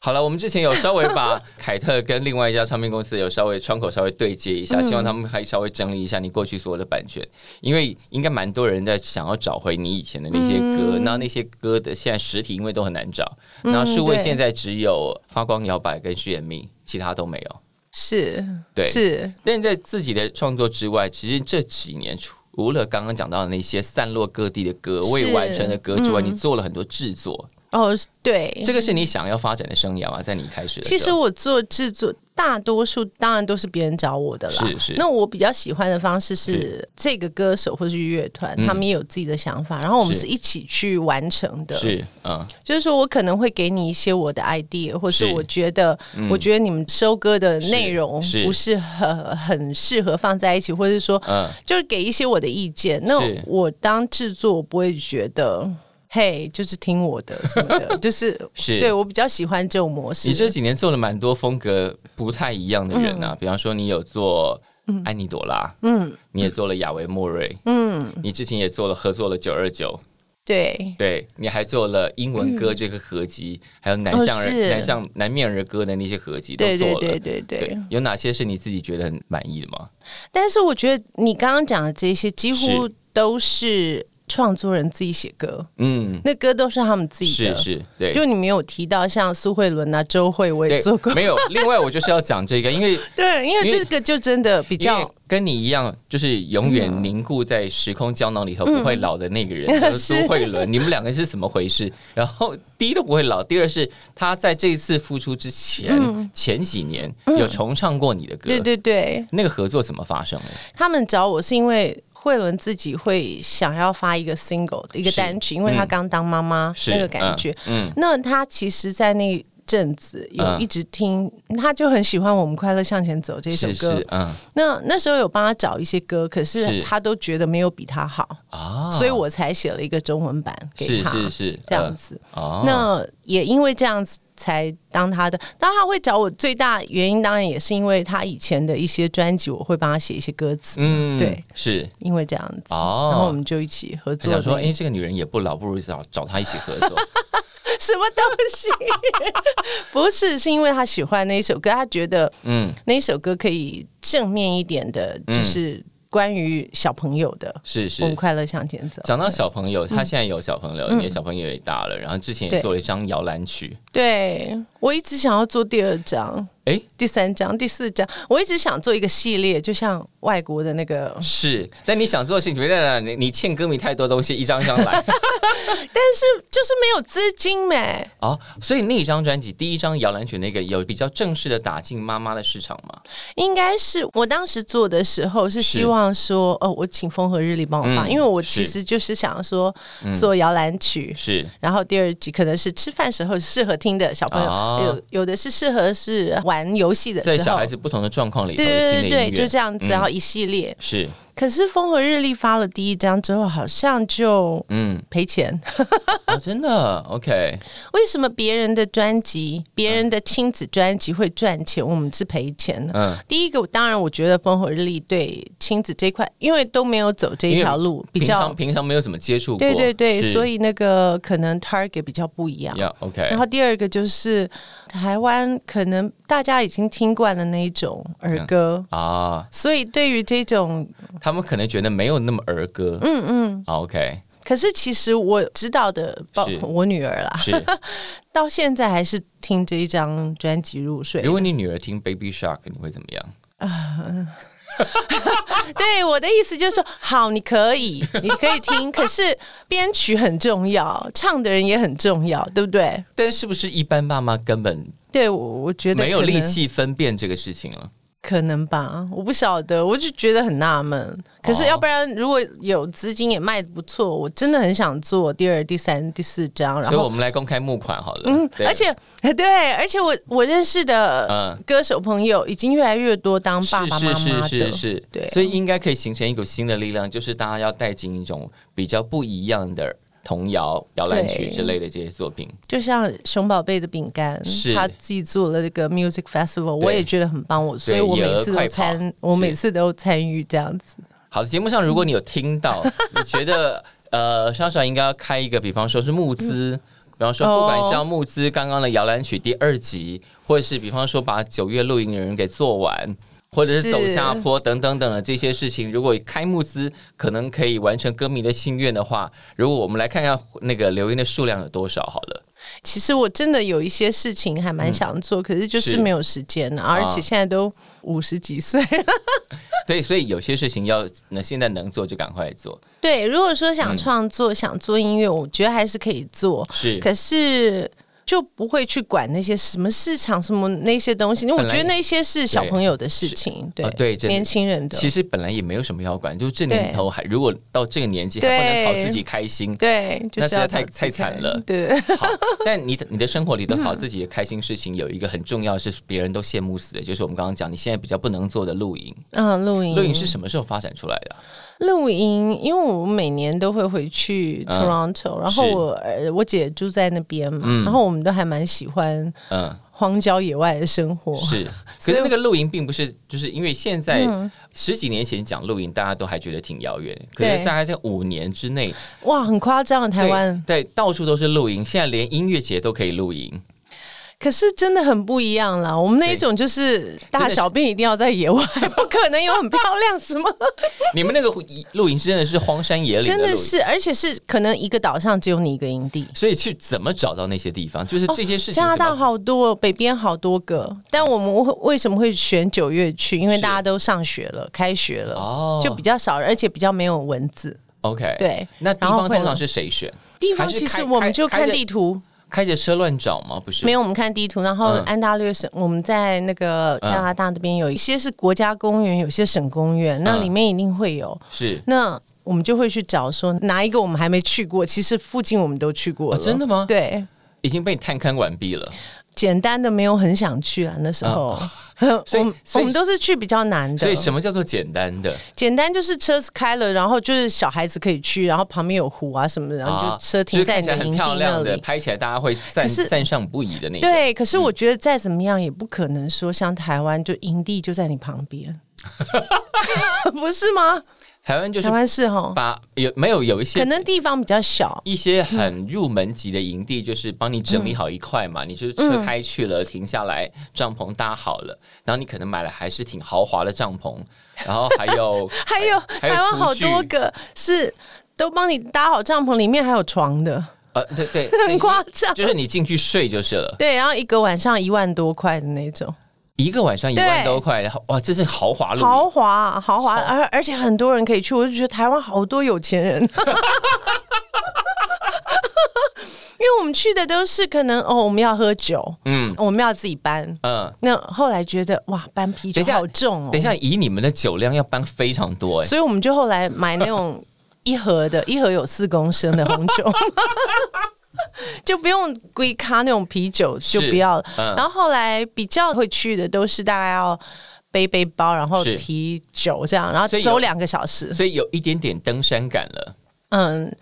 Speaker 1: 好了，我们之前有稍微把凯特跟另外一家唱片公司有稍微窗口稍微对接一下，
Speaker 2: 嗯
Speaker 1: 希望他们还稍微整理一下你过去所有的版权，因为应该蛮多人在想要找回你以前的那些歌，
Speaker 2: 嗯
Speaker 1: 那、那些歌的现在实体因为都很难找，然后数位
Speaker 2: 对
Speaker 1: 现在只有发光摇摆跟虚掩密，其他都没有。
Speaker 2: 是，
Speaker 1: 对
Speaker 2: 是，
Speaker 1: 但在自己的创作之外，其实这几年除了刚刚讲到的那些散落各地的歌、
Speaker 2: 是
Speaker 1: 未完成的歌之外，你做了很多制作。
Speaker 2: 哦，对，
Speaker 1: 这个是你想要发展的生涯吗？在你开始的时
Speaker 2: 其
Speaker 1: 候，
Speaker 2: 实我做制作，大多数当然都是别人找我的啦。
Speaker 1: 是是
Speaker 2: 那我比较喜欢的方式是
Speaker 1: 是，
Speaker 2: 这个歌手或是乐团，
Speaker 1: 嗯
Speaker 2: 他们也有自己的想法，然后我们
Speaker 1: 是
Speaker 2: 是一起去完成的。
Speaker 1: 是嗯，
Speaker 2: 就是说我可能会给你一些我的 idea，或是
Speaker 1: 是嗯
Speaker 2: 我觉得，我觉得你们收歌的内容
Speaker 1: 是
Speaker 2: 不是很很适合放在一起，或者说，
Speaker 1: 嗯
Speaker 2: 就是给一些我的意见。那
Speaker 1: 是
Speaker 2: 我当制作，我不会觉得。嘿就是听我的什么的， 就是
Speaker 1: 是
Speaker 2: 对我比较喜欢这种模式。
Speaker 1: 你这几年做了蛮多风格不太一样的人啊，
Speaker 2: 嗯
Speaker 1: 比方说你有做安妮朵拉，嗯，你也做了亚维莫瑞，嗯，你之前也做了合作了九二九，
Speaker 2: 对，
Speaker 1: 对，你还做了英文歌这个合集，还有南
Speaker 2: 哦
Speaker 1: 向人、
Speaker 2: 是
Speaker 1: 南向南面人歌的那些合集都
Speaker 2: 对
Speaker 1: 做
Speaker 2: 对
Speaker 1: 了，
Speaker 2: 对对对
Speaker 1: 对，有哪些是你自己觉得很满意的吗？
Speaker 2: 但是我觉得你刚刚讲的这些几乎
Speaker 1: 是
Speaker 2: 都是创作人自己写歌，
Speaker 1: 嗯，
Speaker 2: 那歌都是他们自己
Speaker 1: 是
Speaker 2: 的。
Speaker 1: 是，对，
Speaker 2: 就你没有提到像苏慧伦啊、周慧，我也
Speaker 1: 对
Speaker 2: 做过。
Speaker 1: 没有。另外，我就是要讲这个，因为
Speaker 2: 对，因为
Speaker 1: 因为
Speaker 2: 这个就真的比
Speaker 1: 因为
Speaker 2: 较
Speaker 1: 跟你一样，就是永远凝固在时空胶囊里头不会老的那个 人，
Speaker 2: 嗯
Speaker 1: 叫做苏
Speaker 2: 是
Speaker 1: 慧伦，你们两个是怎么回事？然后第一都不会老，第二是他在这一次复出之前、前几年有重唱过你的歌，
Speaker 2: 嗯对对对，
Speaker 1: 那个合作怎么发生的？
Speaker 2: 他们找我是因为。慧伦自己会想要发一个 single 的一个
Speaker 1: 是
Speaker 2: 单曲，因为她刚当妈妈
Speaker 1: 是
Speaker 2: 那个感觉。
Speaker 1: 嗯，
Speaker 2: 那她其实，在那阵子有
Speaker 1: 嗯
Speaker 2: 一直听，她就很喜欢《我们快乐向前走》这首
Speaker 1: 是
Speaker 2: 歌。
Speaker 1: 是，嗯
Speaker 2: 那那时候有帮他找一些歌，可是
Speaker 1: 是
Speaker 2: 他都觉得没有比他好，
Speaker 1: 啊，
Speaker 2: 所以我才写了一个中文版给
Speaker 1: 是
Speaker 2: 他，
Speaker 1: 是是
Speaker 2: 这样子。
Speaker 1: 嗯哦，
Speaker 2: 那也因为这样子才当他的，当他会找我最大原因，当然也是因为他以前的一些专辑，我会帮他写一些歌词，
Speaker 1: 嗯
Speaker 2: 对，
Speaker 1: 是。
Speaker 2: 因为这样子，
Speaker 1: 哦
Speaker 2: 然后我们就一起合
Speaker 1: 他
Speaker 2: 作。
Speaker 1: 想说，哎、这个女人也不老，不如找找她一起合作。
Speaker 2: 什么东西？ 不是，是因为他喜欢那一首歌，他觉得
Speaker 1: 嗯，
Speaker 2: 那一首歌可以正面一点的，就是关于小朋友的。
Speaker 1: 是是
Speaker 2: 我。们快乐向前走。
Speaker 1: 讲到小朋友，他现在有小朋友，你的小朋友也大了，然后之前也
Speaker 2: 嗯对
Speaker 1: 做了一张摇篮曲。
Speaker 2: 对我一直想要做第二章、
Speaker 1: 哎、
Speaker 2: 第三章、第四章，我一直想做一个系列，就像外国的那个。
Speaker 1: 是，但你想做的事情，别让你你欠歌迷太多东西，一张一张来
Speaker 2: 但是就是没有资金没，
Speaker 1: 哦。所以那一张专辑，第一张摇篮曲那个有比较正式的打进妈妈的市场嘛？
Speaker 2: 应该是我当时做的时候是希望说，哦，我请风和日丽帮我放，
Speaker 1: 嗯
Speaker 2: 因为我
Speaker 1: 是嗯
Speaker 2: 其实就是想说做摇篮曲。
Speaker 1: 是
Speaker 2: 然后第二集可能是吃饭时候适合听的小朋友，
Speaker 1: 哦
Speaker 2: 有有的是适合是玩游戏的
Speaker 1: 在
Speaker 2: 时
Speaker 1: 小
Speaker 2: 候
Speaker 1: 孩，子不同的状况里头
Speaker 2: 对
Speaker 1: 听的
Speaker 2: 对
Speaker 1: 音
Speaker 2: 对
Speaker 1: 乐，
Speaker 2: 对，就这样子，
Speaker 1: 嗯
Speaker 2: 然后一系列，
Speaker 1: 是
Speaker 2: 可是《风和日丽》发了第一张之后，好像就
Speaker 1: 嗯，
Speaker 2: 赔钱。
Speaker 1: 哦，真的 OK，
Speaker 2: 为什么别人的专辑、别人的亲子专辑会赚钱，我们是赔钱呢？
Speaker 1: 嗯，
Speaker 2: 第一个，当然我觉得《风和日丽》对亲子这一块，因为都没有走这一条路，比
Speaker 1: 平
Speaker 2: 较
Speaker 1: 常平常没有怎么接触过，
Speaker 2: 对对对，
Speaker 1: 是
Speaker 2: 所以那个可能 target 比较不一样。
Speaker 1: 呀 OK，
Speaker 2: 然后第二个就是台湾，可能大家已经听惯了那一种儿歌，
Speaker 1: 啊，
Speaker 2: 所以对于这种
Speaker 1: 他们可能觉得没有那么儿歌，嗯嗯、o k
Speaker 2: 可是其实我知道的，包
Speaker 1: 是
Speaker 2: 我女儿啦，
Speaker 1: 是。
Speaker 2: 到现在还是听这一张专辑入睡
Speaker 1: 如。果你女儿听 Baby Shark，你会怎么样？
Speaker 2: 对我的意思就是说，好，你可以， 你可以听，可是编曲很重要，唱的人也很重要，对不对？
Speaker 1: 但是不是一般爸妈根本
Speaker 2: 对，我我觉得
Speaker 1: 没有
Speaker 2: 可能
Speaker 1: 力，气分辨这个事情了？
Speaker 2: 可能吧，我不晓得，我就觉得很纳闷。可是
Speaker 1: 哦
Speaker 2: 要不然，如果有资金也卖的不错，我真的很想做第二、第三、第四张，然
Speaker 1: 所以我
Speaker 2: 后。
Speaker 1: 们来公开募款好了。
Speaker 2: 嗯，
Speaker 1: 对
Speaker 2: 而且对，而且我我认识的
Speaker 1: 嗯
Speaker 2: 歌手朋友已经越来越多当爸爸妈
Speaker 1: 是
Speaker 2: 妈的，
Speaker 1: 是是是是，
Speaker 2: 对
Speaker 1: 所以应该可以形成一股新的力量，就是大家要带进一种比较不一样的童谣、摇篮曲
Speaker 2: 对
Speaker 1: 之类的这些作品。
Speaker 2: 就像熊宝贝的饼干
Speaker 1: 是，
Speaker 2: 他自己做了那个 music festival，
Speaker 1: 对
Speaker 2: 我也觉得很棒，我所以我每
Speaker 1: 野
Speaker 2: 次都
Speaker 1: 鹅快
Speaker 2: 参，
Speaker 1: 跑
Speaker 2: 我每次都参与这样子。
Speaker 1: 好，节目上如果你有听到，你觉得呃，莎莎应该要开一个，比方说是募资。比方说，不管像募资刚刚的摇篮曲第二集，或者是比方说把九月露营的人给做完，或者是走下坡等等等的这些事情，如果开募资可能可以完成歌迷的心愿的话，如果我们来看看那个留言的数量有多少好了。
Speaker 2: 其实我真的有一些事情还蛮想做，可是就是没有时间嗯啊，而且现在都五十几岁 了。
Speaker 1: 对，所以有些事情要那现在能做就赶快做。
Speaker 2: 对，如果说想创作、想做音乐，我觉得还是可以做，
Speaker 1: 是，
Speaker 2: 可是就不会去管那些什么市场、什么那些东西，因为我
Speaker 1: 本来
Speaker 2: 觉得那些是小朋友的事情，对
Speaker 1: 啊对真的
Speaker 2: 年轻人的，
Speaker 1: 其实本来也没有什么要管，就这年头还如果到这个年纪还不能
Speaker 2: 对
Speaker 1: 讨自己开心，
Speaker 2: 对，就
Speaker 1: 那实
Speaker 2: 是
Speaker 1: 在
Speaker 2: 要
Speaker 1: 太
Speaker 2: 找自
Speaker 1: 太
Speaker 2: 己
Speaker 1: 惨
Speaker 2: 看
Speaker 1: 了
Speaker 2: 对。 嗯
Speaker 1: 好，但你的你的生活里的好自己的开心事情有一个很重要是别人都羡慕死的，就是我们刚刚讲你现在比较不能做的露营。
Speaker 2: 嗯，露营，
Speaker 1: 露营是什么时候发展出来的啊？
Speaker 2: 露营，因为我每年都会回去
Speaker 1: 嗯
Speaker 2: Toronto，、然后
Speaker 1: 是
Speaker 2: 我呃我姐住在那边嘛，然后我们都还蛮喜欢
Speaker 1: 嗯，
Speaker 2: 荒郊野外的生活。
Speaker 1: 是。可是那个露营并不是，就是因为现
Speaker 2: 嗯
Speaker 1: 在十几年前讲露营，大家都还觉得挺遥远。可是
Speaker 2: 对
Speaker 1: 大概在五年之内，
Speaker 2: 哇，很夸张，啊台湾，
Speaker 1: 对对到处都是露营，现在连音乐节都可以露营。
Speaker 2: 可是真的很不一样啦。我们那一种就是大小便一定要在野外， 不可能有很漂亮什么，
Speaker 1: 你们那个露营是真的是荒山野岭
Speaker 2: 真
Speaker 1: 露
Speaker 2: 的
Speaker 1: 营。
Speaker 2: 是，而且是可能一个岛上只有你一个营地。
Speaker 1: 所以去怎么找到那些地方？就是这些事情怎
Speaker 2: 哦加
Speaker 1: 么、
Speaker 2: 拿大好多，北边好多个，但我们会为什么会选九月去？因为
Speaker 1: 是
Speaker 2: 大家都上学了，开学了，
Speaker 1: 哦
Speaker 2: 就比较少，而且比较没有文字。
Speaker 1: OK。
Speaker 2: 对
Speaker 1: 那地
Speaker 2: 然后
Speaker 1: 方
Speaker 2: 会
Speaker 1: 通常
Speaker 2: 了
Speaker 1: 是谁选？
Speaker 2: 地方
Speaker 1: 还是
Speaker 2: 其实
Speaker 1: 开
Speaker 2: 我们就
Speaker 1: 开开
Speaker 2: 看
Speaker 1: 着
Speaker 2: 地图，
Speaker 1: 开着车乱找吗？不是，
Speaker 2: 没
Speaker 1: 有
Speaker 2: 有我们看地图，然后
Speaker 1: 嗯
Speaker 2: 安大略省，我们在那个加拿大这边有一些是国家公园，有些省公园，那
Speaker 1: 嗯
Speaker 2: 里面一定会有。
Speaker 1: 是、
Speaker 2: 那我们就会去找说哪一个我们还没去过，其实附近我们都去过
Speaker 1: 哦
Speaker 2: 了。
Speaker 1: 真的吗？，
Speaker 2: 对，
Speaker 1: 已经被你探勘完毕了。
Speaker 2: 简单的没有很想去啊，那时候。
Speaker 1: 哦 所以
Speaker 2: 我们
Speaker 1: 所
Speaker 2: 我
Speaker 1: 以
Speaker 2: 们都是去比较难
Speaker 1: 所
Speaker 2: 的
Speaker 1: 以，什么叫做简单的？
Speaker 2: 简单就是车子开了，然后就是小孩子可以去，然后旁边有湖啊什么的，然后就车
Speaker 1: 就
Speaker 2: 停
Speaker 1: 是
Speaker 2: 在
Speaker 1: 看
Speaker 2: 你
Speaker 1: 起来很
Speaker 2: 的营地
Speaker 1: 漂
Speaker 2: 那
Speaker 1: 亮的，嗯
Speaker 2: 里。
Speaker 1: 拍起来大家会赞
Speaker 2: 可是
Speaker 1: 赞赏不已的那种。
Speaker 2: 对，可是我觉得再怎么样也不可能说像台湾就营地就在你 旁边，不是吗？
Speaker 1: 台湾就是
Speaker 2: 台湾是哈，
Speaker 1: 把有没有有一
Speaker 2: 可
Speaker 1: 些。
Speaker 2: 能地方比较小，
Speaker 1: 一些很入门级的营地，就是帮你整理好一块
Speaker 2: 嗯
Speaker 1: 嘛，你就是车开去了，停下来，帐篷搭好了，然后你可能买了还是挺豪华的帐篷，然后还 有
Speaker 2: 还有
Speaker 1: 还
Speaker 2: 台
Speaker 1: 有
Speaker 2: 湾
Speaker 1: 厨
Speaker 2: 好多
Speaker 1: 具
Speaker 2: 个是都帮你搭好帐篷，里面还有床的，
Speaker 1: 呃，对对，
Speaker 2: 很夸张。
Speaker 1: 就是你进去睡就是了，
Speaker 2: 对，然后一个晚上一万多块的那种，
Speaker 1: 一个晚上一万多块，然后哇，这是豪华露营，
Speaker 2: 豪华啊豪华，而而且很多人可以去，我就觉得台湾好多有钱人。 因为我们去的都是可能哦，我们要喝酒，
Speaker 1: 嗯
Speaker 2: 我们要自己搬。
Speaker 1: 嗯。
Speaker 2: 那后来觉得哇，搬啤酒
Speaker 1: 等一下
Speaker 2: 好重哦
Speaker 1: 等一，下，以你们的酒量要搬非常多哎、
Speaker 2: 所以我们就后来买那种一盒 的，一盒有四公升的红酒，就不用龟咖那种啤酒就是不要了。
Speaker 1: 嗯
Speaker 2: 然后后来比较会去的都是大概要背背包，然后
Speaker 1: 是
Speaker 2: 提酒这样，然后
Speaker 1: 所以有
Speaker 2: 走两个小时。
Speaker 1: 所以有一点点登山感了。
Speaker 2: 嗯，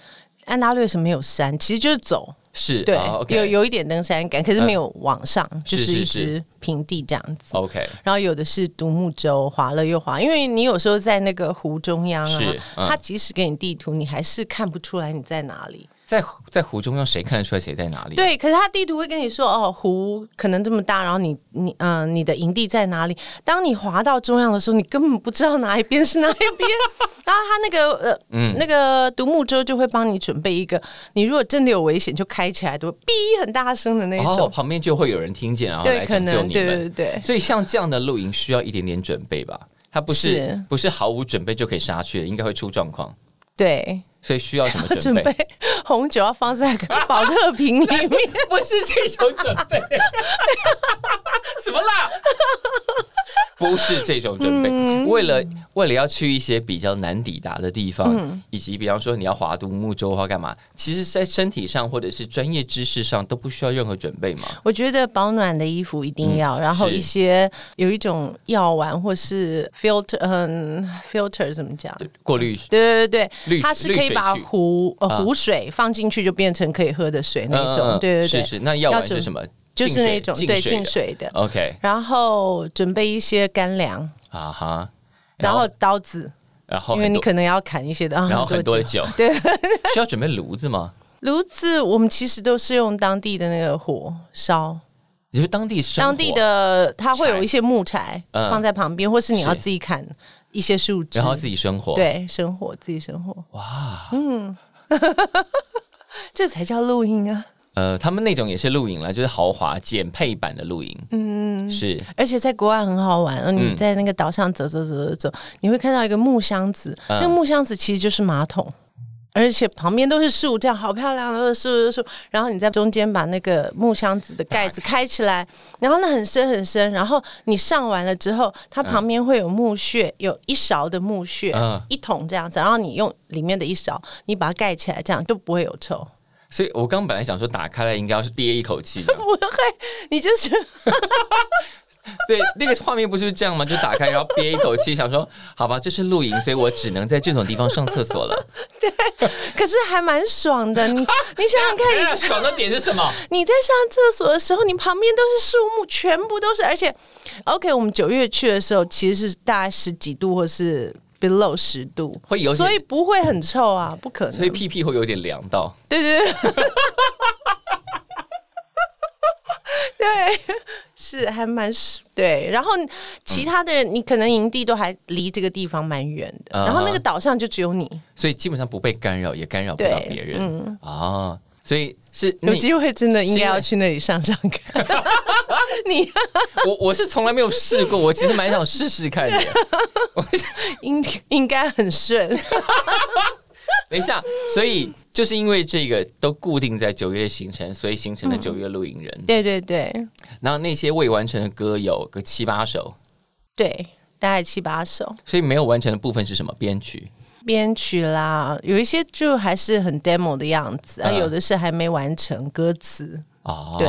Speaker 2: 安达略什么有山，其实就是走，
Speaker 1: 是，
Speaker 2: 对，
Speaker 1: 哦、
Speaker 2: 有
Speaker 1: OK
Speaker 2: 有一点登山感，可是没有往上，就是是
Speaker 1: 是
Speaker 2: 一直平地这样子。
Speaker 1: OK，
Speaker 2: 然后有的是独木舟，划了又划，因为你有时候在那个湖中央啊
Speaker 1: 是，嗯
Speaker 2: 它即使给你地图，你还是看不出来你在哪里。
Speaker 1: 在湖在湖中央谁看得出来谁在哪里？，
Speaker 2: 对，可是它地图会跟你说，哦，湖可能这么大，然后你你嗯、呃你的营地在哪里？当你划到中央的时候，你根本不知道哪一边是哪一 边。然后它那个呃、
Speaker 1: 嗯
Speaker 2: 那个独木舟就会帮你准备一个，你如果真的有危险，就开起来都哔很大声的那
Speaker 1: 然后
Speaker 2: 种。
Speaker 1: 哦旁边就会有人听见，然后
Speaker 2: 对，
Speaker 1: 来
Speaker 2: 可
Speaker 1: 拯救
Speaker 2: 能
Speaker 1: 你
Speaker 2: 对对
Speaker 1: 们。
Speaker 2: 对。
Speaker 1: 所以像这样的露营需要一点点准备吧，它不是
Speaker 2: 是
Speaker 1: 不是毫无准备就可以杀去的，应该会出状况。
Speaker 2: 对，
Speaker 1: 所以需要什么
Speaker 2: 准
Speaker 1: 准备？
Speaker 2: 备红酒要放在保特瓶里面，
Speaker 1: 不是这种准备， 什么啦？不是这种准备，
Speaker 2: 嗯
Speaker 1: 为了为了要去一些比较难抵达的地方，
Speaker 2: 嗯
Speaker 1: 以及比方说你要划独木舟或干嘛，其实，在身体上或者是专业知识上都不需要任何准备嘛。
Speaker 2: 我觉得保暖的衣服一定要，然后
Speaker 1: 嗯是
Speaker 2: 一些有一种药丸或是 filter，嗯，filter 怎么讲？
Speaker 1: 过滤
Speaker 2: 对对对
Speaker 1: 滤
Speaker 2: 对，它是
Speaker 1: 滤
Speaker 2: 可以
Speaker 1: 水
Speaker 2: 把
Speaker 1: 器
Speaker 2: 湖
Speaker 1: 啊
Speaker 2: 呃湖水放进去就变成可以喝的水那种，
Speaker 1: 嗯嗯嗯
Speaker 2: 对对对，
Speaker 1: 是是。那药丸
Speaker 2: 要
Speaker 1: 是
Speaker 2: 准
Speaker 1: 什么？
Speaker 2: 就是那种对
Speaker 1: 净水
Speaker 2: 进水的
Speaker 1: 的。，OK 哦
Speaker 2: 然后准备一些干粮，
Speaker 1: 啊哈，
Speaker 2: 然后刀子，
Speaker 1: 然后
Speaker 2: 因为
Speaker 1: 哦很
Speaker 2: 你
Speaker 1: 多
Speaker 2: 可能要砍一些的，啊
Speaker 1: 然后很多的
Speaker 2: 酒
Speaker 1: 酒，
Speaker 2: 对，
Speaker 1: 需要准备炉子吗？
Speaker 2: 炉子我们其实都是用当地的那个火烧，
Speaker 1: 你说当地生活
Speaker 2: 当地，的它会
Speaker 1: 柴
Speaker 2: 有一些木柴
Speaker 1: 嗯
Speaker 2: 放在旁边，或是你要
Speaker 1: 是
Speaker 2: 自己砍一些树枝，
Speaker 1: 然后自己生活，，
Speaker 2: 嗯对嗯生火自己生火，
Speaker 1: 哇，
Speaker 2: 这才叫露营啊！
Speaker 1: 呃，他们那种也是露营啦，就是豪华减配版的露营，嗯，是
Speaker 2: 而且在国外很好玩，嗯你在那个岛上走走走走走，你会看到一个木箱子，
Speaker 1: 嗯
Speaker 2: 那个木箱子其实就是马桶。而且旁边都是树，这样好漂亮，都是树树树。然后你在中间把那个木箱子的盖子开起来，然后那很深很深。然后你上完了之后，它旁边会有木屑，有一勺的木屑，
Speaker 1: 嗯
Speaker 2: 一桶这样子。然后你用里面的一勺，你把它盖起来，这样就不会有臭。
Speaker 1: 所以我刚本来想说打开来应该要是憋一口气，
Speaker 2: 不会，你就是
Speaker 1: 对，那个画面不就是这样吗？就打开然后憋一口气，想说好吧，这是露营，所以我只能在这种地方上厕所 了。
Speaker 2: 可是还蛮爽的。你你想想看，你
Speaker 1: 哎呀爽的点是什么？
Speaker 2: 你在上厕所的时候，你旁边都是树木，全部都是，而且，OK，我们九月去的时候其实是大概十几度或是 below 十度，
Speaker 1: 会有点
Speaker 2: 所以不会很臭啊，不可能。
Speaker 1: 所以屁屁会有点凉到。
Speaker 2: 对对对， 对，是还蛮是对。然后其他的人，你可能营地都还离这个地方蛮远的，
Speaker 1: 嗯
Speaker 2: 然后那
Speaker 1: 哼
Speaker 2: 个岛上就只有你，
Speaker 1: 所以基本上不被干扰，也干扰不到
Speaker 2: 对嗯
Speaker 1: 别人、啊。所以是
Speaker 2: 有
Speaker 1: 你
Speaker 2: 机会真的应
Speaker 1: 嗯是
Speaker 2: 该
Speaker 1: 因
Speaker 2: 要
Speaker 1: 为
Speaker 2: 去那里上上课。 你
Speaker 1: 我我是从来没有试过，我其实蛮想试试看的。
Speaker 2: 应应该很顺。
Speaker 1: 等一下，所以就是因为这个都固定在九月行程，所以形成了九月露营人。
Speaker 2: 对对对
Speaker 1: 然后那些未完成的歌有个七八首，
Speaker 2: 对，大概七八首
Speaker 1: 所以没有完成的部分是什么？编曲
Speaker 2: 编曲啦，有一些就还是很 demo 的样子，啊，
Speaker 1: 嗯
Speaker 2: 有的是还没完成歌词。
Speaker 1: 啊，
Speaker 2: 对，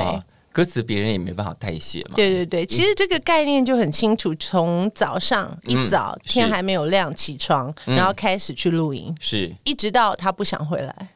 Speaker 1: 歌词别人也没办法代写嘛。
Speaker 2: 对对对，其实这个概念就很清楚，从早上一
Speaker 1: 嗯
Speaker 2: 早、
Speaker 1: 是嗯
Speaker 2: 天还没有亮起床，然后开始去露营，
Speaker 1: 是，
Speaker 2: 一直到他不想回来。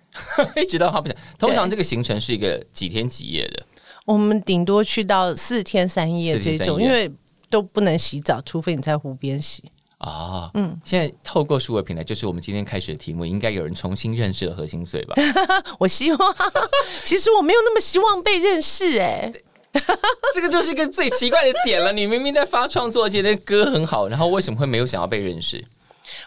Speaker 1: 一直到他不想。通常
Speaker 2: 对
Speaker 1: 这个行程是一个几天几夜的，
Speaker 2: 我们顶多去到四天三夜
Speaker 1: 四
Speaker 2: 这
Speaker 1: 天三
Speaker 2: 种，
Speaker 1: 夜
Speaker 2: 因为都不能洗澡，除非你在湖边洗。
Speaker 1: 啊，嗯，现在透过数位平台，就是我们今天开始的题目，应该有人重新认识了何心碎吧？
Speaker 2: 我希望， 其实我没有那么希望被认识哎、
Speaker 1: 这个就是一个最奇怪的点了。你明明在发创作界，那歌很好，然后为什么会没有想要被认识？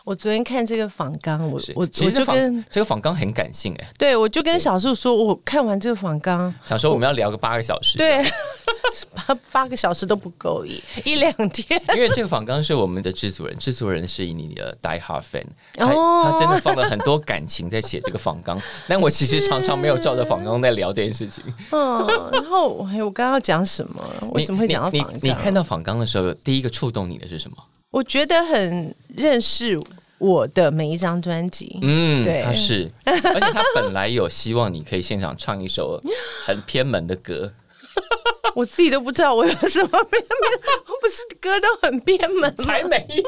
Speaker 2: 我昨天看这个访纲，我
Speaker 1: 是
Speaker 2: 我我
Speaker 1: 其实这
Speaker 2: 就跟
Speaker 1: 访这个访刚很感性哎、
Speaker 2: 对我就跟小树说，我看完这个访纲，
Speaker 1: 想说我们要聊个八个小时，，
Speaker 2: 对， 八八个小时都不够一一两 天。
Speaker 1: 因为这个访刚是我们的制作人，制作人是你的 die hard fan，他、
Speaker 2: 哦
Speaker 1: 他真的放了很多感情在写这个访 刚，但我其实常常没有照着访刚在聊这件事情。
Speaker 2: 嗯，然后我我刚刚要讲什么？为什么会讲到
Speaker 1: 你
Speaker 2: 访
Speaker 1: 你你看
Speaker 2: 纲？
Speaker 1: 到访刚的时候，第一个触动你的是什么？
Speaker 2: 我觉得很认识我的每一张专辑。
Speaker 1: 嗯，
Speaker 2: 对
Speaker 1: 他是，而且他本来有希望你可以现场唱一首很偏门的歌，
Speaker 2: 我自己都不知道我有什么偏门，不是歌都很偏门 吗？
Speaker 1: 才没有。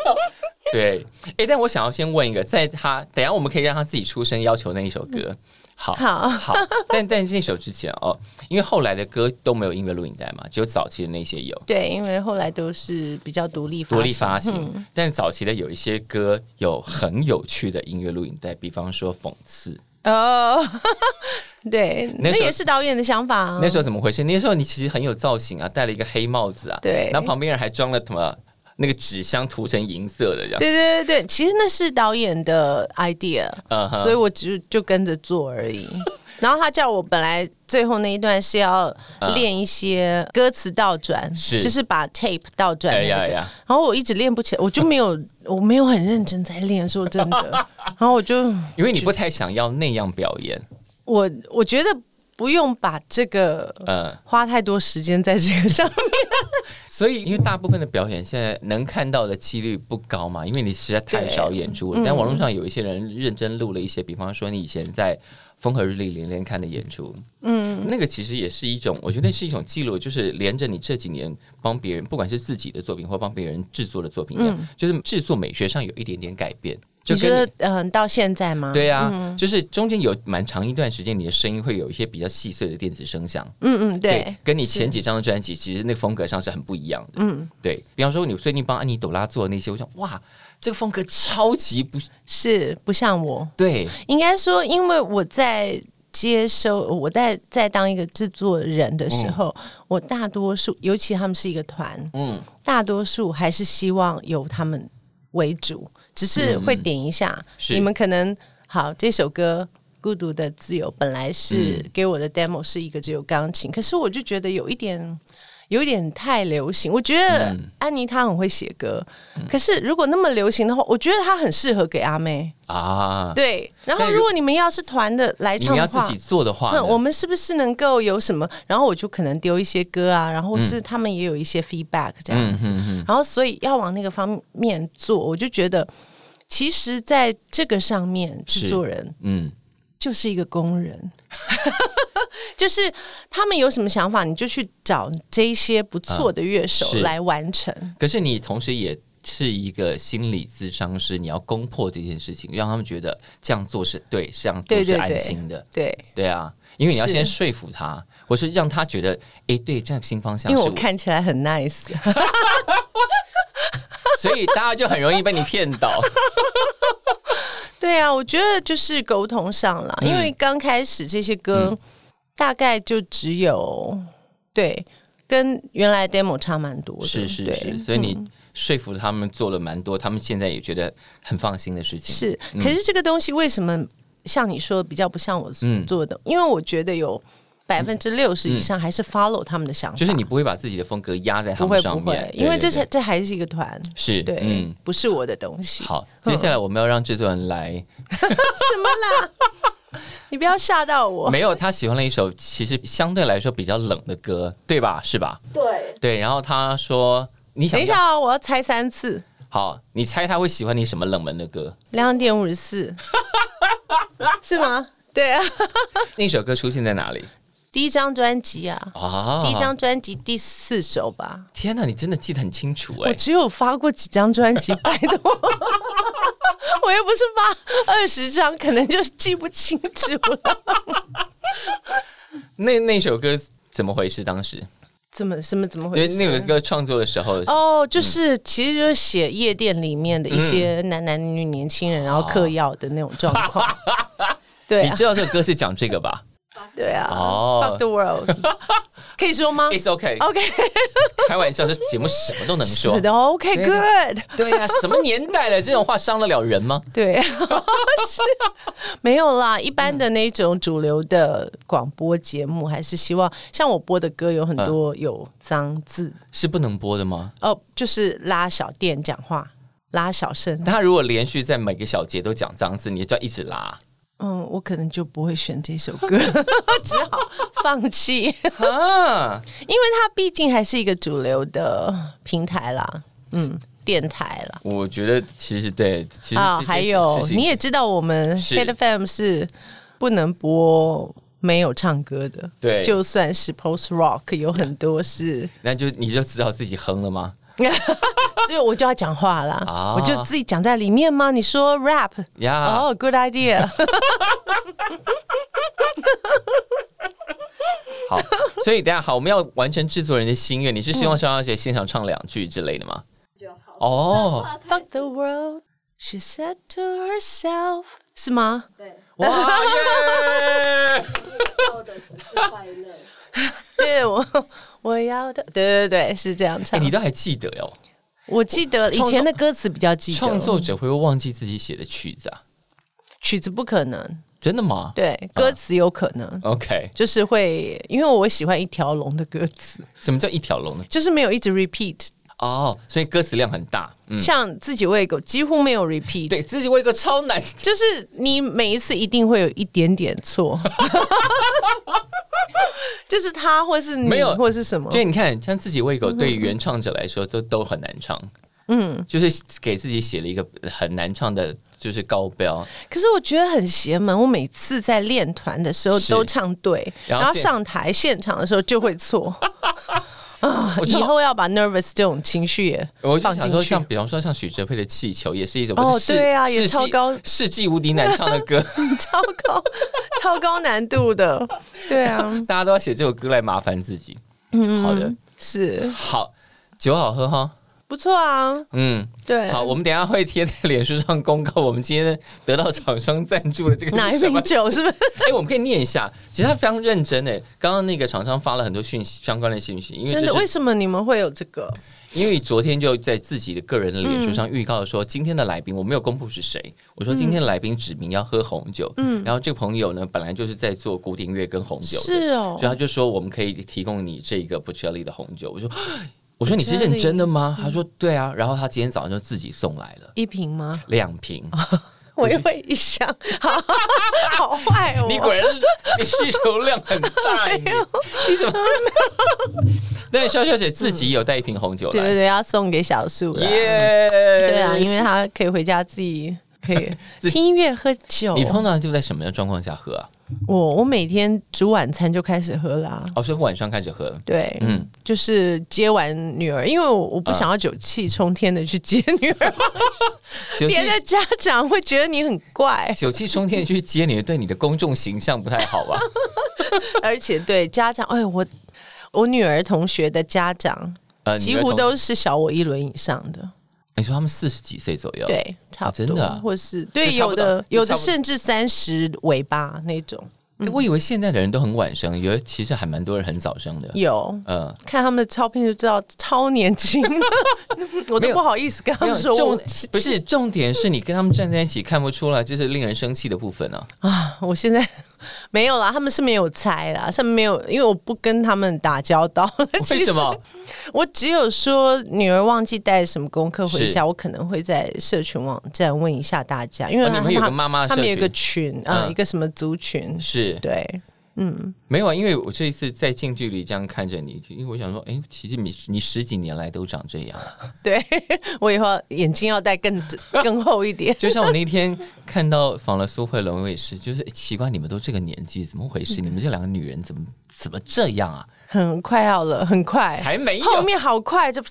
Speaker 1: 对，哎、但我想要先问一个，在他等一下我们可以让他自己出声要求那一首歌， 好，
Speaker 2: 好
Speaker 1: 好，但但这首之前哦，因为后来的歌都没有音乐录影带嘛，只有早期的那些有
Speaker 2: 对，因为后来都是比较独立
Speaker 1: 独立
Speaker 2: 行
Speaker 1: 发行，嗯但早期的有一些歌有很有趣的音乐录影带，比方说讽刺，
Speaker 2: 哦， 对，
Speaker 1: 那
Speaker 2: 那
Speaker 1: 时候
Speaker 2: 也是导演的想法啊。
Speaker 1: 那时候怎么回事？那时候你其实很有造型啊，戴了一个黑帽子啊，
Speaker 2: 对
Speaker 1: 然后旁边人还装了什么那个纸箱涂成银色的这样，
Speaker 2: 对对对对，其实那是导演的 idea，、
Speaker 1: 嗯哼
Speaker 2: 所以我只就跟着做 而已。然后他叫我本来最后那一段是要练一些歌词倒转，
Speaker 1: 是
Speaker 2: 就是把 tape 倒转、那
Speaker 1: 哎
Speaker 2: 个
Speaker 1: 呀哎呀，
Speaker 2: 然后我一直练不起来，我就没有我没有很认真在练，说真的。 然后我就
Speaker 1: 因为你不太想要那样表演，
Speaker 2: 我我觉得不用把这个
Speaker 1: 嗯，
Speaker 2: 花太多时间在这个上面。
Speaker 1: 所以因为大部分的表演现在能看到的几率不高嘛，因为你实在太少演出了。但网络上有一些人认真录了一些，比方说你以前在风和日丽连连看的演出，嗯，那个其实也是一种，我觉得是一种记录，就是连着你这几年帮别人，不管是自己的作品或帮别人制作的作品一样，就是制作美学上有一点点改变。就
Speaker 2: 你
Speaker 1: 跟
Speaker 2: 觉
Speaker 1: 你
Speaker 2: 得嗯、呃到现在吗？
Speaker 1: 对啊，就是中间有蛮长一段时间，你的声音会有一些比较细碎的电子声响。
Speaker 2: 嗯嗯对
Speaker 1: 对，跟你前几张专辑其实那个风格上是很不一样的。嗯，对比方说你最近帮安妮朵拉做的那些，我想哇，这个风格超级不
Speaker 2: 是不像我。
Speaker 1: 对，
Speaker 2: 应该说，因为我在接收我在在当一个制作人的时候，我大多数，尤其他们是一个团，
Speaker 1: 嗯，
Speaker 2: 大多数还是希望由他们为主，只是会点一下。
Speaker 1: 嗯是
Speaker 2: 你们可能好这首歌《孤独的自由》本来
Speaker 1: 嗯
Speaker 2: 是给我的 demo 是一个只有钢琴，可是我就觉得有一点。有一点太流行，我觉
Speaker 1: 嗯
Speaker 2: 得安妮她很会写歌，可是如果那么流行的话，我觉得她很适合给阿妹。
Speaker 1: 啊，
Speaker 2: 对，然后
Speaker 1: 但如
Speaker 2: 如果你们要是团的来
Speaker 1: 你
Speaker 2: 唱
Speaker 1: 们要
Speaker 2: 的
Speaker 1: 自
Speaker 2: 话
Speaker 1: 己，做的话呢，
Speaker 2: 那我们是不是能够有什么？然后我就可能丢一些歌啊，然后是
Speaker 1: 嗯
Speaker 2: 他们也有一些 feedback 这样子，然后所以要往那个方面做，我就觉得，其实在这个上面，
Speaker 1: 是
Speaker 2: 制作人
Speaker 1: 嗯，
Speaker 2: 就是一个工人， 就是他们有什么想法，你就去找这些不错的乐手
Speaker 1: 嗯是
Speaker 2: 来完成。
Speaker 1: 可是你同时也是一个心理咨商师，你要攻破这件事情，让他们觉得这样做是对，这样做
Speaker 2: 对
Speaker 1: 是
Speaker 2: 对
Speaker 1: 安
Speaker 2: 对
Speaker 1: 心的，
Speaker 2: 对，
Speaker 1: 对啊，因为你要
Speaker 2: 是
Speaker 1: 先说服他，或是让他觉得，诶，对，这样新方向
Speaker 2: 因
Speaker 1: 是
Speaker 2: 为
Speaker 1: 我
Speaker 2: 我，看起来很 nice，
Speaker 1: 所以大家就很容易被你骗到。
Speaker 2: 对啊，我觉得就是沟通上
Speaker 1: 嗯
Speaker 2: 啦，因为刚开始这些歌大概就只有对，跟原来 demo 差蛮多的，
Speaker 1: 是是
Speaker 2: 对嗯
Speaker 1: 是，所以你说服他们做了蛮多，他们现在也觉得很放心的事情。
Speaker 2: 是。可是这个东西为什么像你说的比较不像我
Speaker 1: 嗯
Speaker 2: 做的？因为我觉得有百分之六十以上还是 follow 他们的想法，
Speaker 1: 就是你不会把自己的风格压在他
Speaker 2: 不会
Speaker 1: 们
Speaker 2: 不
Speaker 1: 上面
Speaker 2: 会，，因为
Speaker 1: 对
Speaker 2: 这
Speaker 1: 对
Speaker 2: 是这还是一个团，
Speaker 1: 是
Speaker 2: 对，嗯
Speaker 1: 嗯。
Speaker 2: 不是我的东西。
Speaker 1: 好，接下来我们要让制作人来，
Speaker 2: 你不要吓到我。
Speaker 1: 没有他喜欢了一首其实相对来说比较冷的歌，对吧？是吧？
Speaker 3: 对，
Speaker 1: 对，然后他说你想
Speaker 2: 等一下哦，我要猜三次，
Speaker 1: 好，你猜他会喜欢你什么冷门的歌？
Speaker 2: 两点五十 四，是吗？对啊。
Speaker 1: 那首歌出现在哪里
Speaker 2: 第一张专辑啊，
Speaker 1: 啊？
Speaker 2: 第一张专辑第四首吧。
Speaker 1: 天哪，你真的记得很清楚哎、
Speaker 2: 我只有发过几张专 辑，拜托，我又不是发二十张，可能就记不清楚 了。
Speaker 1: 那那首歌怎么回事？当时
Speaker 2: 怎么什么怎么
Speaker 1: 对
Speaker 2: 回事？
Speaker 1: 那首歌创作的时候，
Speaker 2: 哦，就是、其实就是写夜店里面的一些男男女女年轻人，然后嗑药的那种状况。 对
Speaker 1: 你
Speaker 2: 啊
Speaker 1: 知，道这首歌是讲这个 吧
Speaker 2: 对啊、
Speaker 1: 哦
Speaker 2: f u c k the world，可以说吗
Speaker 1: ？It's OK，
Speaker 2: ？OK，
Speaker 1: 开玩笑，这节目什么都能说
Speaker 2: 哦 是。的
Speaker 1: 对
Speaker 2: ，OK，Good。
Speaker 1: 对呀、什么年代了，这种话伤得了人吗？
Speaker 2: 对，是没有啦。一般的那种主流的广播节目，还是希望像我播的歌有
Speaker 1: 嗯
Speaker 2: 很多有脏字，
Speaker 1: 是不能播的吗？
Speaker 2: 哦、就是拉小店讲话，拉小声。
Speaker 1: 他如果连续在每个小节都讲脏字，你就要一直 拉。
Speaker 2: 嗯，我可能就不会选这首歌， 只好放弃， 因为
Speaker 1: 啊，
Speaker 2: 它毕竟还是一个主流的平台啦，嗯，电台啦。
Speaker 1: 我觉得其实对，其实
Speaker 2: 啊，
Speaker 1: 这些
Speaker 2: 还有
Speaker 1: 事情
Speaker 2: 你也知道，我们
Speaker 1: 是
Speaker 2: Hit FM 是不能播没有唱歌的，
Speaker 1: 对
Speaker 2: 就算是 Post Rock 有很 多是，
Speaker 1: 那就你就知道自己哼了吗？
Speaker 2: 就我就要讲话啦，
Speaker 1: 啊啊
Speaker 2: 我就自己讲在里面吗？你说 rap，
Speaker 1: 呀、
Speaker 2: 哦、g o o d idea，
Speaker 1: 好，所以等一下好，我们要完成制作人的心愿。你是希望肖小姐现场唱两句之类的吗？
Speaker 3: 就好。
Speaker 1: 哦，
Speaker 2: Fuck the world, she said to herself，是吗？
Speaker 3: 对，
Speaker 1: 哇 耶！
Speaker 3: 要的只是快乐。
Speaker 2: 对我。我要的，对对对，是这样
Speaker 1: 哎
Speaker 2: 唱。
Speaker 1: 你都还记得哦？
Speaker 2: 我记得以
Speaker 1: 创作
Speaker 2: 前的歌词比较记得，
Speaker 1: 创作者会不会忘记自己写的曲子啊？
Speaker 2: 曲子不可能，
Speaker 1: 真的吗？
Speaker 2: 对，歌词有可能。
Speaker 1: ，OK。
Speaker 2: 就是会，因为我喜欢一条龙的歌词，
Speaker 1: 什么叫一条龙呢？
Speaker 2: 就是没有一直 repeat，、
Speaker 1: 哦，所以歌词量很大。嗯，
Speaker 2: 像自己喂狗几乎没有 repeat，
Speaker 1: 对自己喂个超 难。
Speaker 2: 就是你每一次一定会有一点点错， 就是他或是你
Speaker 1: 没有
Speaker 2: 或是什么，
Speaker 1: 对，你看，像自己喂狗，对于原唱者来说都都很难唱。嗯，就是给自己写了一个很难唱的，就是高标。
Speaker 2: 可是我觉得很邪门，我每次在练团的时候
Speaker 1: 是
Speaker 2: 都唱对，
Speaker 1: 然后
Speaker 2: 然后
Speaker 1: 现
Speaker 2: 上台现场的时候就会 错。啊，
Speaker 1: 我知
Speaker 2: 以
Speaker 1: 道
Speaker 2: 后要把 nervous 这种情绪也
Speaker 1: 我就
Speaker 2: 放
Speaker 1: 想
Speaker 2: 进
Speaker 1: 说，
Speaker 2: 去
Speaker 1: 像。比方说像许哲佩的《气球》，也是一首
Speaker 2: 哦
Speaker 1: 不是世
Speaker 2: 对啊也
Speaker 1: 世纪
Speaker 2: 超高
Speaker 1: 世纪无敌难唱的 歌，
Speaker 2: 超高超高难度的，对啊，
Speaker 1: 大家都要写这首歌来麻烦自己。嗯，好的，
Speaker 2: 是
Speaker 1: 好，酒好喝哈，
Speaker 2: 不错啊，
Speaker 1: 嗯，
Speaker 2: 对。
Speaker 1: 好，我们等一下会贴在脸书上公告，我们今天得到厂商赞助的这个
Speaker 2: 哪一
Speaker 1: 是什么
Speaker 2: 瓶酒是不是？
Speaker 1: 哎、我们可以念一下，其实他非常认真诶。刚刚那个厂商发了很多讯息，相关的信息，因为
Speaker 2: 真的？
Speaker 1: 这
Speaker 2: 为
Speaker 1: 是
Speaker 2: 什么你们会有这个？
Speaker 1: 因为昨天就在自己的个人的脸书上预告说，今天的来宾我没有公布是谁，我说今天的来宾指名要喝红酒，嗯，然后这个朋友呢本来就是在做古典乐跟红酒的，
Speaker 2: 是哦
Speaker 1: 所以他就说我们可以提供你这个 b o c e l l i 的红酒，我说。我说你是认真的吗？他说对啊，然后他今天早上就自己送来了
Speaker 2: 一瓶吗？
Speaker 1: 两瓶，
Speaker 2: 我也会一箱，好好坏哦。
Speaker 1: 你果 然你需求量很大，
Speaker 2: 哎
Speaker 1: 你你怎么？ 但笑笑姐自己有带一瓶红酒
Speaker 2: 对对
Speaker 1: 来，
Speaker 2: 对，要送给小树了。
Speaker 1: 耶！
Speaker 2: 嗯对啊，因为他可以回家自己可以
Speaker 1: 自己
Speaker 2: 听音乐喝酒。
Speaker 1: 你通常就在什么样的状况下喝啊？
Speaker 2: 我我每天煮晚餐就开始喝啦。
Speaker 1: 哦，所以晚上开始喝。
Speaker 2: 对，
Speaker 1: 嗯啊
Speaker 2: 嗯，就是接完女儿，因为我我不想要酒气冲天的去接 女儿，
Speaker 1: 酒气，
Speaker 2: 别的家长会觉得你很怪
Speaker 1: 酒气冲天去接你，对你的公众形象不太好啊吧？
Speaker 2: 而且对家长，哎，我我女儿同学的家长
Speaker 1: 呃
Speaker 2: 几乎都是小我一轮以上的，
Speaker 1: 你说他们四十几岁左右，，哎
Speaker 2: 对，差不多，
Speaker 1: 真的啊
Speaker 2: 或是对
Speaker 1: 就差不多
Speaker 2: 有的
Speaker 1: 就
Speaker 2: 有的
Speaker 1: 差不多
Speaker 2: 甚至三十尾巴那种
Speaker 1: 我以为现在的人都很晚生，有其实还蛮多人很早生的。
Speaker 2: 有。
Speaker 1: 嗯，
Speaker 2: 看他们的照片就知道超年 轻的，我
Speaker 1: 没
Speaker 2: 都
Speaker 1: 有
Speaker 2: 不好意思跟他们说
Speaker 1: 重
Speaker 2: 我
Speaker 1: 不是重点是你跟他们站在一起看不出来，就是令人生气的部分 啊。
Speaker 2: 啊，我现在没有啦，他们是没有猜啦，他们没有，因为我不跟他们打交道。
Speaker 1: 哦 为什么？？
Speaker 2: 我只有说女儿忘记带什么功课回
Speaker 1: 是
Speaker 2: 家，我可能会在社群网站问一下大家，因为
Speaker 1: 哦
Speaker 2: 他
Speaker 1: 你们有个妈妈的
Speaker 2: 他们
Speaker 1: 社
Speaker 2: 有一个
Speaker 1: 群
Speaker 2: 群啊、
Speaker 1: 嗯
Speaker 2: 一个什么族群，
Speaker 1: 是
Speaker 2: 对，
Speaker 1: 没有啊，因为我这一次在近距离这样看着你，因为我想说，哎，其实你你十几年来都长这样，
Speaker 2: 对我以后眼睛要戴更 更厚一点。
Speaker 1: 就像我那天看到访了苏慧伦，我也是，就是诶奇怪，你们都这个年纪，怎么回
Speaker 2: 嗯
Speaker 1: 事？你们这两个女人怎么怎么这样啊？
Speaker 2: 很快要了，很快，
Speaker 1: 才没 有
Speaker 2: 后面好快就。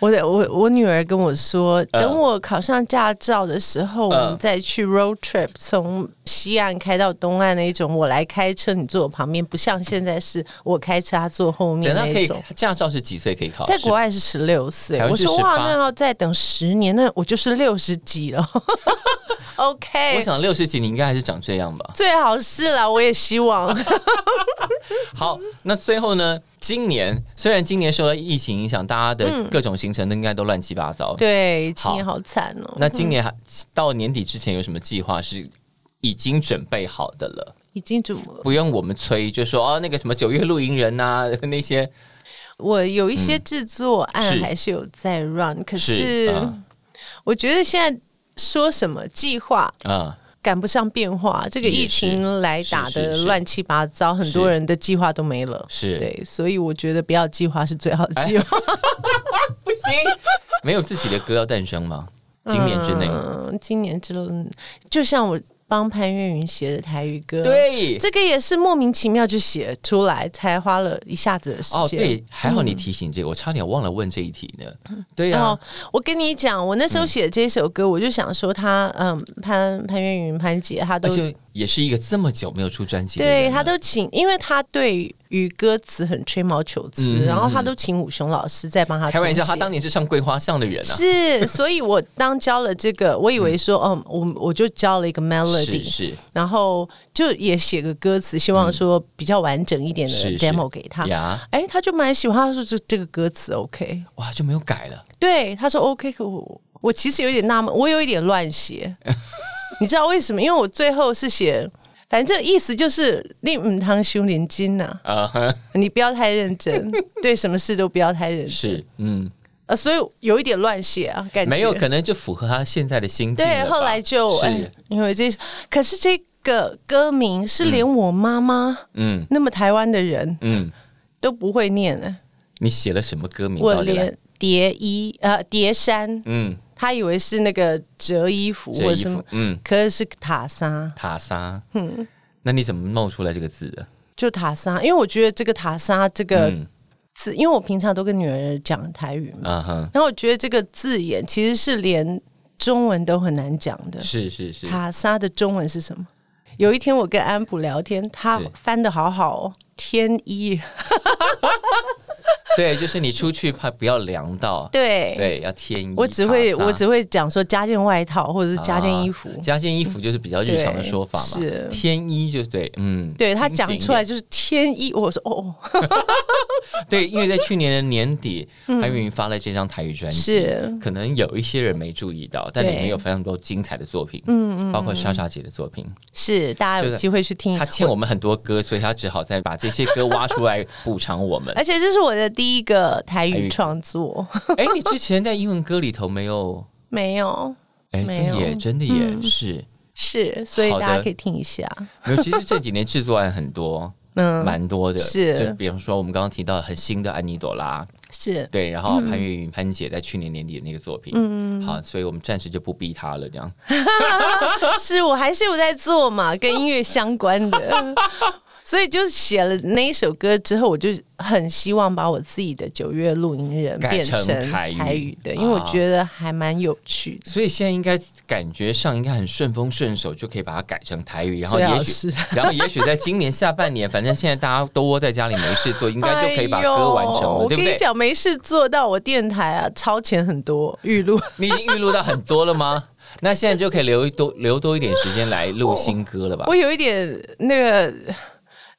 Speaker 2: 我的我我女儿跟我说，
Speaker 1: 嗯
Speaker 2: 等我考上驾照的时候，
Speaker 1: 嗯
Speaker 2: 我们再去 road trip，从西岸开到东岸那一种，我来开车，你坐我旁边，不像现在是我开车，她坐后面
Speaker 1: 等到
Speaker 2: 啊那
Speaker 1: 可
Speaker 2: 一
Speaker 1: 以
Speaker 2: 种。
Speaker 1: 驾照是几岁可以考？
Speaker 2: 在
Speaker 1: 是
Speaker 2: 国外是十六岁
Speaker 1: 台，湾
Speaker 2: 我
Speaker 1: 是
Speaker 2: 说
Speaker 1: 18
Speaker 2: 哇，那要再等十年，那我就是六十几了。
Speaker 1: 我
Speaker 2: OK，
Speaker 1: 想六十几，你应该还是长这样吧。
Speaker 2: 最好是啦，我也 希望。
Speaker 1: 好，那最后呢？今年虽然今年受到疫情影响，大家的各种行程都应该都乱七八糟。
Speaker 2: 嗯对，今
Speaker 1: 好
Speaker 2: 年好惨哦。
Speaker 1: 那今年还到年底之前有什么计划是已经准备好的了？
Speaker 2: 已经怎么
Speaker 1: 不用我们催，就说哦，那个什么九月露营人呐、 那些
Speaker 2: 我有一些制作案
Speaker 1: 是
Speaker 2: 还是有在 run，、可
Speaker 1: 是
Speaker 2: 是
Speaker 1: 嗯
Speaker 2: 我觉得现在说什么计划
Speaker 1: 啊、
Speaker 2: 赶不上变化，这个
Speaker 1: 也
Speaker 2: 疫情来打
Speaker 1: 是是
Speaker 2: 的
Speaker 1: 是
Speaker 2: 乱七八糟，很多人的计划都没了。
Speaker 1: 是哎
Speaker 2: 对，所以我觉得不要计划是最好的计划。
Speaker 1: 不行，没有自己的歌要诞生吗？今年之内，
Speaker 2: 嗯， 今年之内，就像我帮潘越云写的台语歌，，
Speaker 1: 对，
Speaker 2: 这个也是莫名其妙就写出来，才花了一下子的时间。
Speaker 1: 哦对，还好你提醒这个，我差点忘了问这一题呢。对啊嗯呀、
Speaker 2: 然后我跟你讲，我那时候写这首歌，我就想说他，嗯，潘潘越云潘姐，她
Speaker 1: 而
Speaker 2: 都
Speaker 1: 且也是一个这么久没有出专辑的人啊
Speaker 2: 对
Speaker 1: 了，
Speaker 2: 她都请，因为她对于歌词很吹毛求疵，
Speaker 1: 嗯
Speaker 2: 然后她都请武雄老师在帮她
Speaker 1: 开玩笑，
Speaker 2: 重写
Speaker 1: 他当年是唱《桂花巷》的人啊，
Speaker 2: 是，所以我当教了这个，我以为说，嗯，我我就教了一个
Speaker 1: 是
Speaker 2: melody，
Speaker 1: 是
Speaker 2: 然后就也写个歌词，希望说比较完整一点的
Speaker 1: 嗯是是
Speaker 2: demo 给她。
Speaker 1: 呀，
Speaker 2: 哎，她就蛮喜欢，她说这这个歌词 OK，
Speaker 1: 哇就没有改了，
Speaker 2: 对，他说 OK，可我我其实有点纳闷，我有一点乱 写，你知道为什么？因为我最后是写，反正意思就是令母堂修连金呐、
Speaker 1: 啊、
Speaker 2: 你不要太 认真，对什么事都不要太认真，
Speaker 1: 是嗯，
Speaker 2: 呃，所以有一点乱写啊，感觉
Speaker 1: 没有可能就符合他现在的心境了吧。、
Speaker 2: 对，后来就是哎，因为这可是这个歌名是连我妈妈、
Speaker 1: 嗯
Speaker 2: 那么台湾的人
Speaker 1: 嗯，
Speaker 2: 都不会念的、
Speaker 1: 你写了什么歌名？
Speaker 2: 我
Speaker 1: 到底来
Speaker 2: 连叠衣呃叠山，
Speaker 1: 嗯，
Speaker 2: 他以为是那个折衣服
Speaker 1: 这
Speaker 2: 或者
Speaker 1: 衣
Speaker 2: 什么
Speaker 1: 服。嗯。
Speaker 2: 可是是塔莎，
Speaker 1: 塔莎，嗯，那你怎么冒出来这个字的？
Speaker 2: 就塔莎，因为我觉得这个塔莎这个
Speaker 1: 嗯
Speaker 2: 字，因为我平常都跟女儿讲台语嘛，
Speaker 1: 啊哈，
Speaker 2: 然后我觉得这个字眼其实是连中文都很难讲的。
Speaker 1: 是是是，
Speaker 2: 塔莎的中文是什么？有一天我跟安普聊天，他
Speaker 1: 是
Speaker 2: 翻的好好哦，天一，
Speaker 1: 对，就是你出去怕不要凉到，
Speaker 2: 对，
Speaker 1: 对，要添衣。
Speaker 2: 我只会
Speaker 1: 擦洒
Speaker 2: 我只会讲说加件外套或者是加件衣服。
Speaker 1: 啊加件衣服就是比较日常的说法嘛
Speaker 2: 对是。
Speaker 1: 添衣就是对，嗯，
Speaker 2: 对他
Speaker 1: 精
Speaker 2: 讲
Speaker 1: 简一
Speaker 2: 出来
Speaker 1: 点，
Speaker 2: 就是天衣，我说哦，哦
Speaker 1: 对，因为在去年的年底，韩云发了这张台语专辑，
Speaker 2: 嗯是
Speaker 1: 可能有一些人没注意到，但里
Speaker 2: 对
Speaker 1: 面有非常多精彩的作品，嗯嗯，包括莎莎姐的作品，
Speaker 2: 是，大家
Speaker 1: 就
Speaker 2: 有
Speaker 1: 是
Speaker 2: 机会去听
Speaker 1: 她。欠我们很多歌，所以她只好再把这些歌挖出来补偿我们
Speaker 2: 而。且这是我的第一个台
Speaker 1: 台语
Speaker 2: 语创作，
Speaker 1: 哎，你之前在英文歌里头没有？
Speaker 2: 没有，
Speaker 1: 哎，
Speaker 2: 没
Speaker 1: 对
Speaker 2: 有嗯
Speaker 1: 也真的也是，
Speaker 2: 是，所以
Speaker 1: 好的
Speaker 2: 大家可以听一下。
Speaker 1: 没有。其实这几年制作案很多，
Speaker 2: 嗯，
Speaker 1: 蛮多的，
Speaker 2: 是
Speaker 1: 就比方说我们刚刚提到很新的安妮朵拉，
Speaker 2: 是
Speaker 1: 对，然
Speaker 2: 嗯
Speaker 1: 后潘越云潘姐在去年年底的那个作品，嗯，好，所以我们暂时就不逼她了，这样。
Speaker 2: 是，我还是有在做嘛，跟音乐相关的。 所以就写了那一首歌之后，我就很希望把我自己的九月录音人
Speaker 1: 改
Speaker 2: 变
Speaker 1: 成台
Speaker 2: 台
Speaker 1: 语
Speaker 2: 语的，因为我
Speaker 1: 啊
Speaker 2: 觉得还蛮有趣的。
Speaker 1: 所以现在应该感觉上应该很顺风顺手，就可以把它改成台语，然后
Speaker 2: 最好
Speaker 1: 也许
Speaker 2: 是，
Speaker 1: 然后也许在今年下半年，反正现在大家都窝在家里没事 做，应该就可以把
Speaker 2: 哎呦
Speaker 1: 歌完成了，
Speaker 2: 我
Speaker 1: 对
Speaker 2: 跟
Speaker 1: 不对？
Speaker 2: 你讲，没事做到我电台啊，超前很多预 录。
Speaker 1: 你已经预录到很多了吗？ 那现在就可以留一多留多一点时间来录新歌了吧
Speaker 2: 我？有一点那个，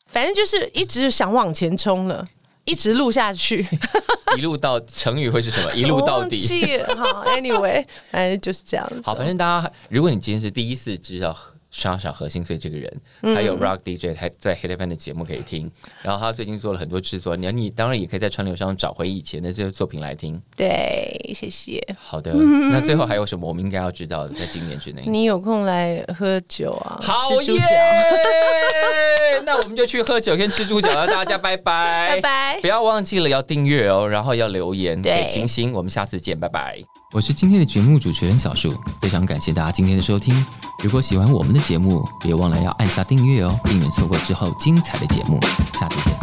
Speaker 2: 反正就是一直想往前冲了，一直录 下去，
Speaker 1: 一路到成语会是什 么？一
Speaker 2: 一
Speaker 1: 路到底。
Speaker 2: 好，anyway，反正就是这样子。
Speaker 1: 好，反正大家，如果你今天是第一次知道莎莎何心碎这个人，
Speaker 2: 嗯
Speaker 1: 还有 Rock DJ 还在黑 i 班的节目可以听，然后他最近做了很多制作，你你当然也可以在川流上找回以前的这些作品来听。
Speaker 2: 对，谢谢。
Speaker 1: 好的，那最后还有什么我们应该要知道的，在今年之内？
Speaker 2: 嗯你有空来喝酒啊？
Speaker 1: 好
Speaker 2: 吃猪
Speaker 1: 耶
Speaker 2: 脚，！
Speaker 1: 那我们就去喝酒跟吃猪脚了，大家拜拜，
Speaker 2: 拜拜
Speaker 1: 不。要忘记了要订阅哦，然后要留言
Speaker 2: 对
Speaker 1: 给星星。我们下次见，拜拜。我是今天的节目主持人小树，非常感谢大家今天的收听。如果喜欢我们的节目，别忘了要按下订阅哦，避免错过之后精彩的节目。下次见。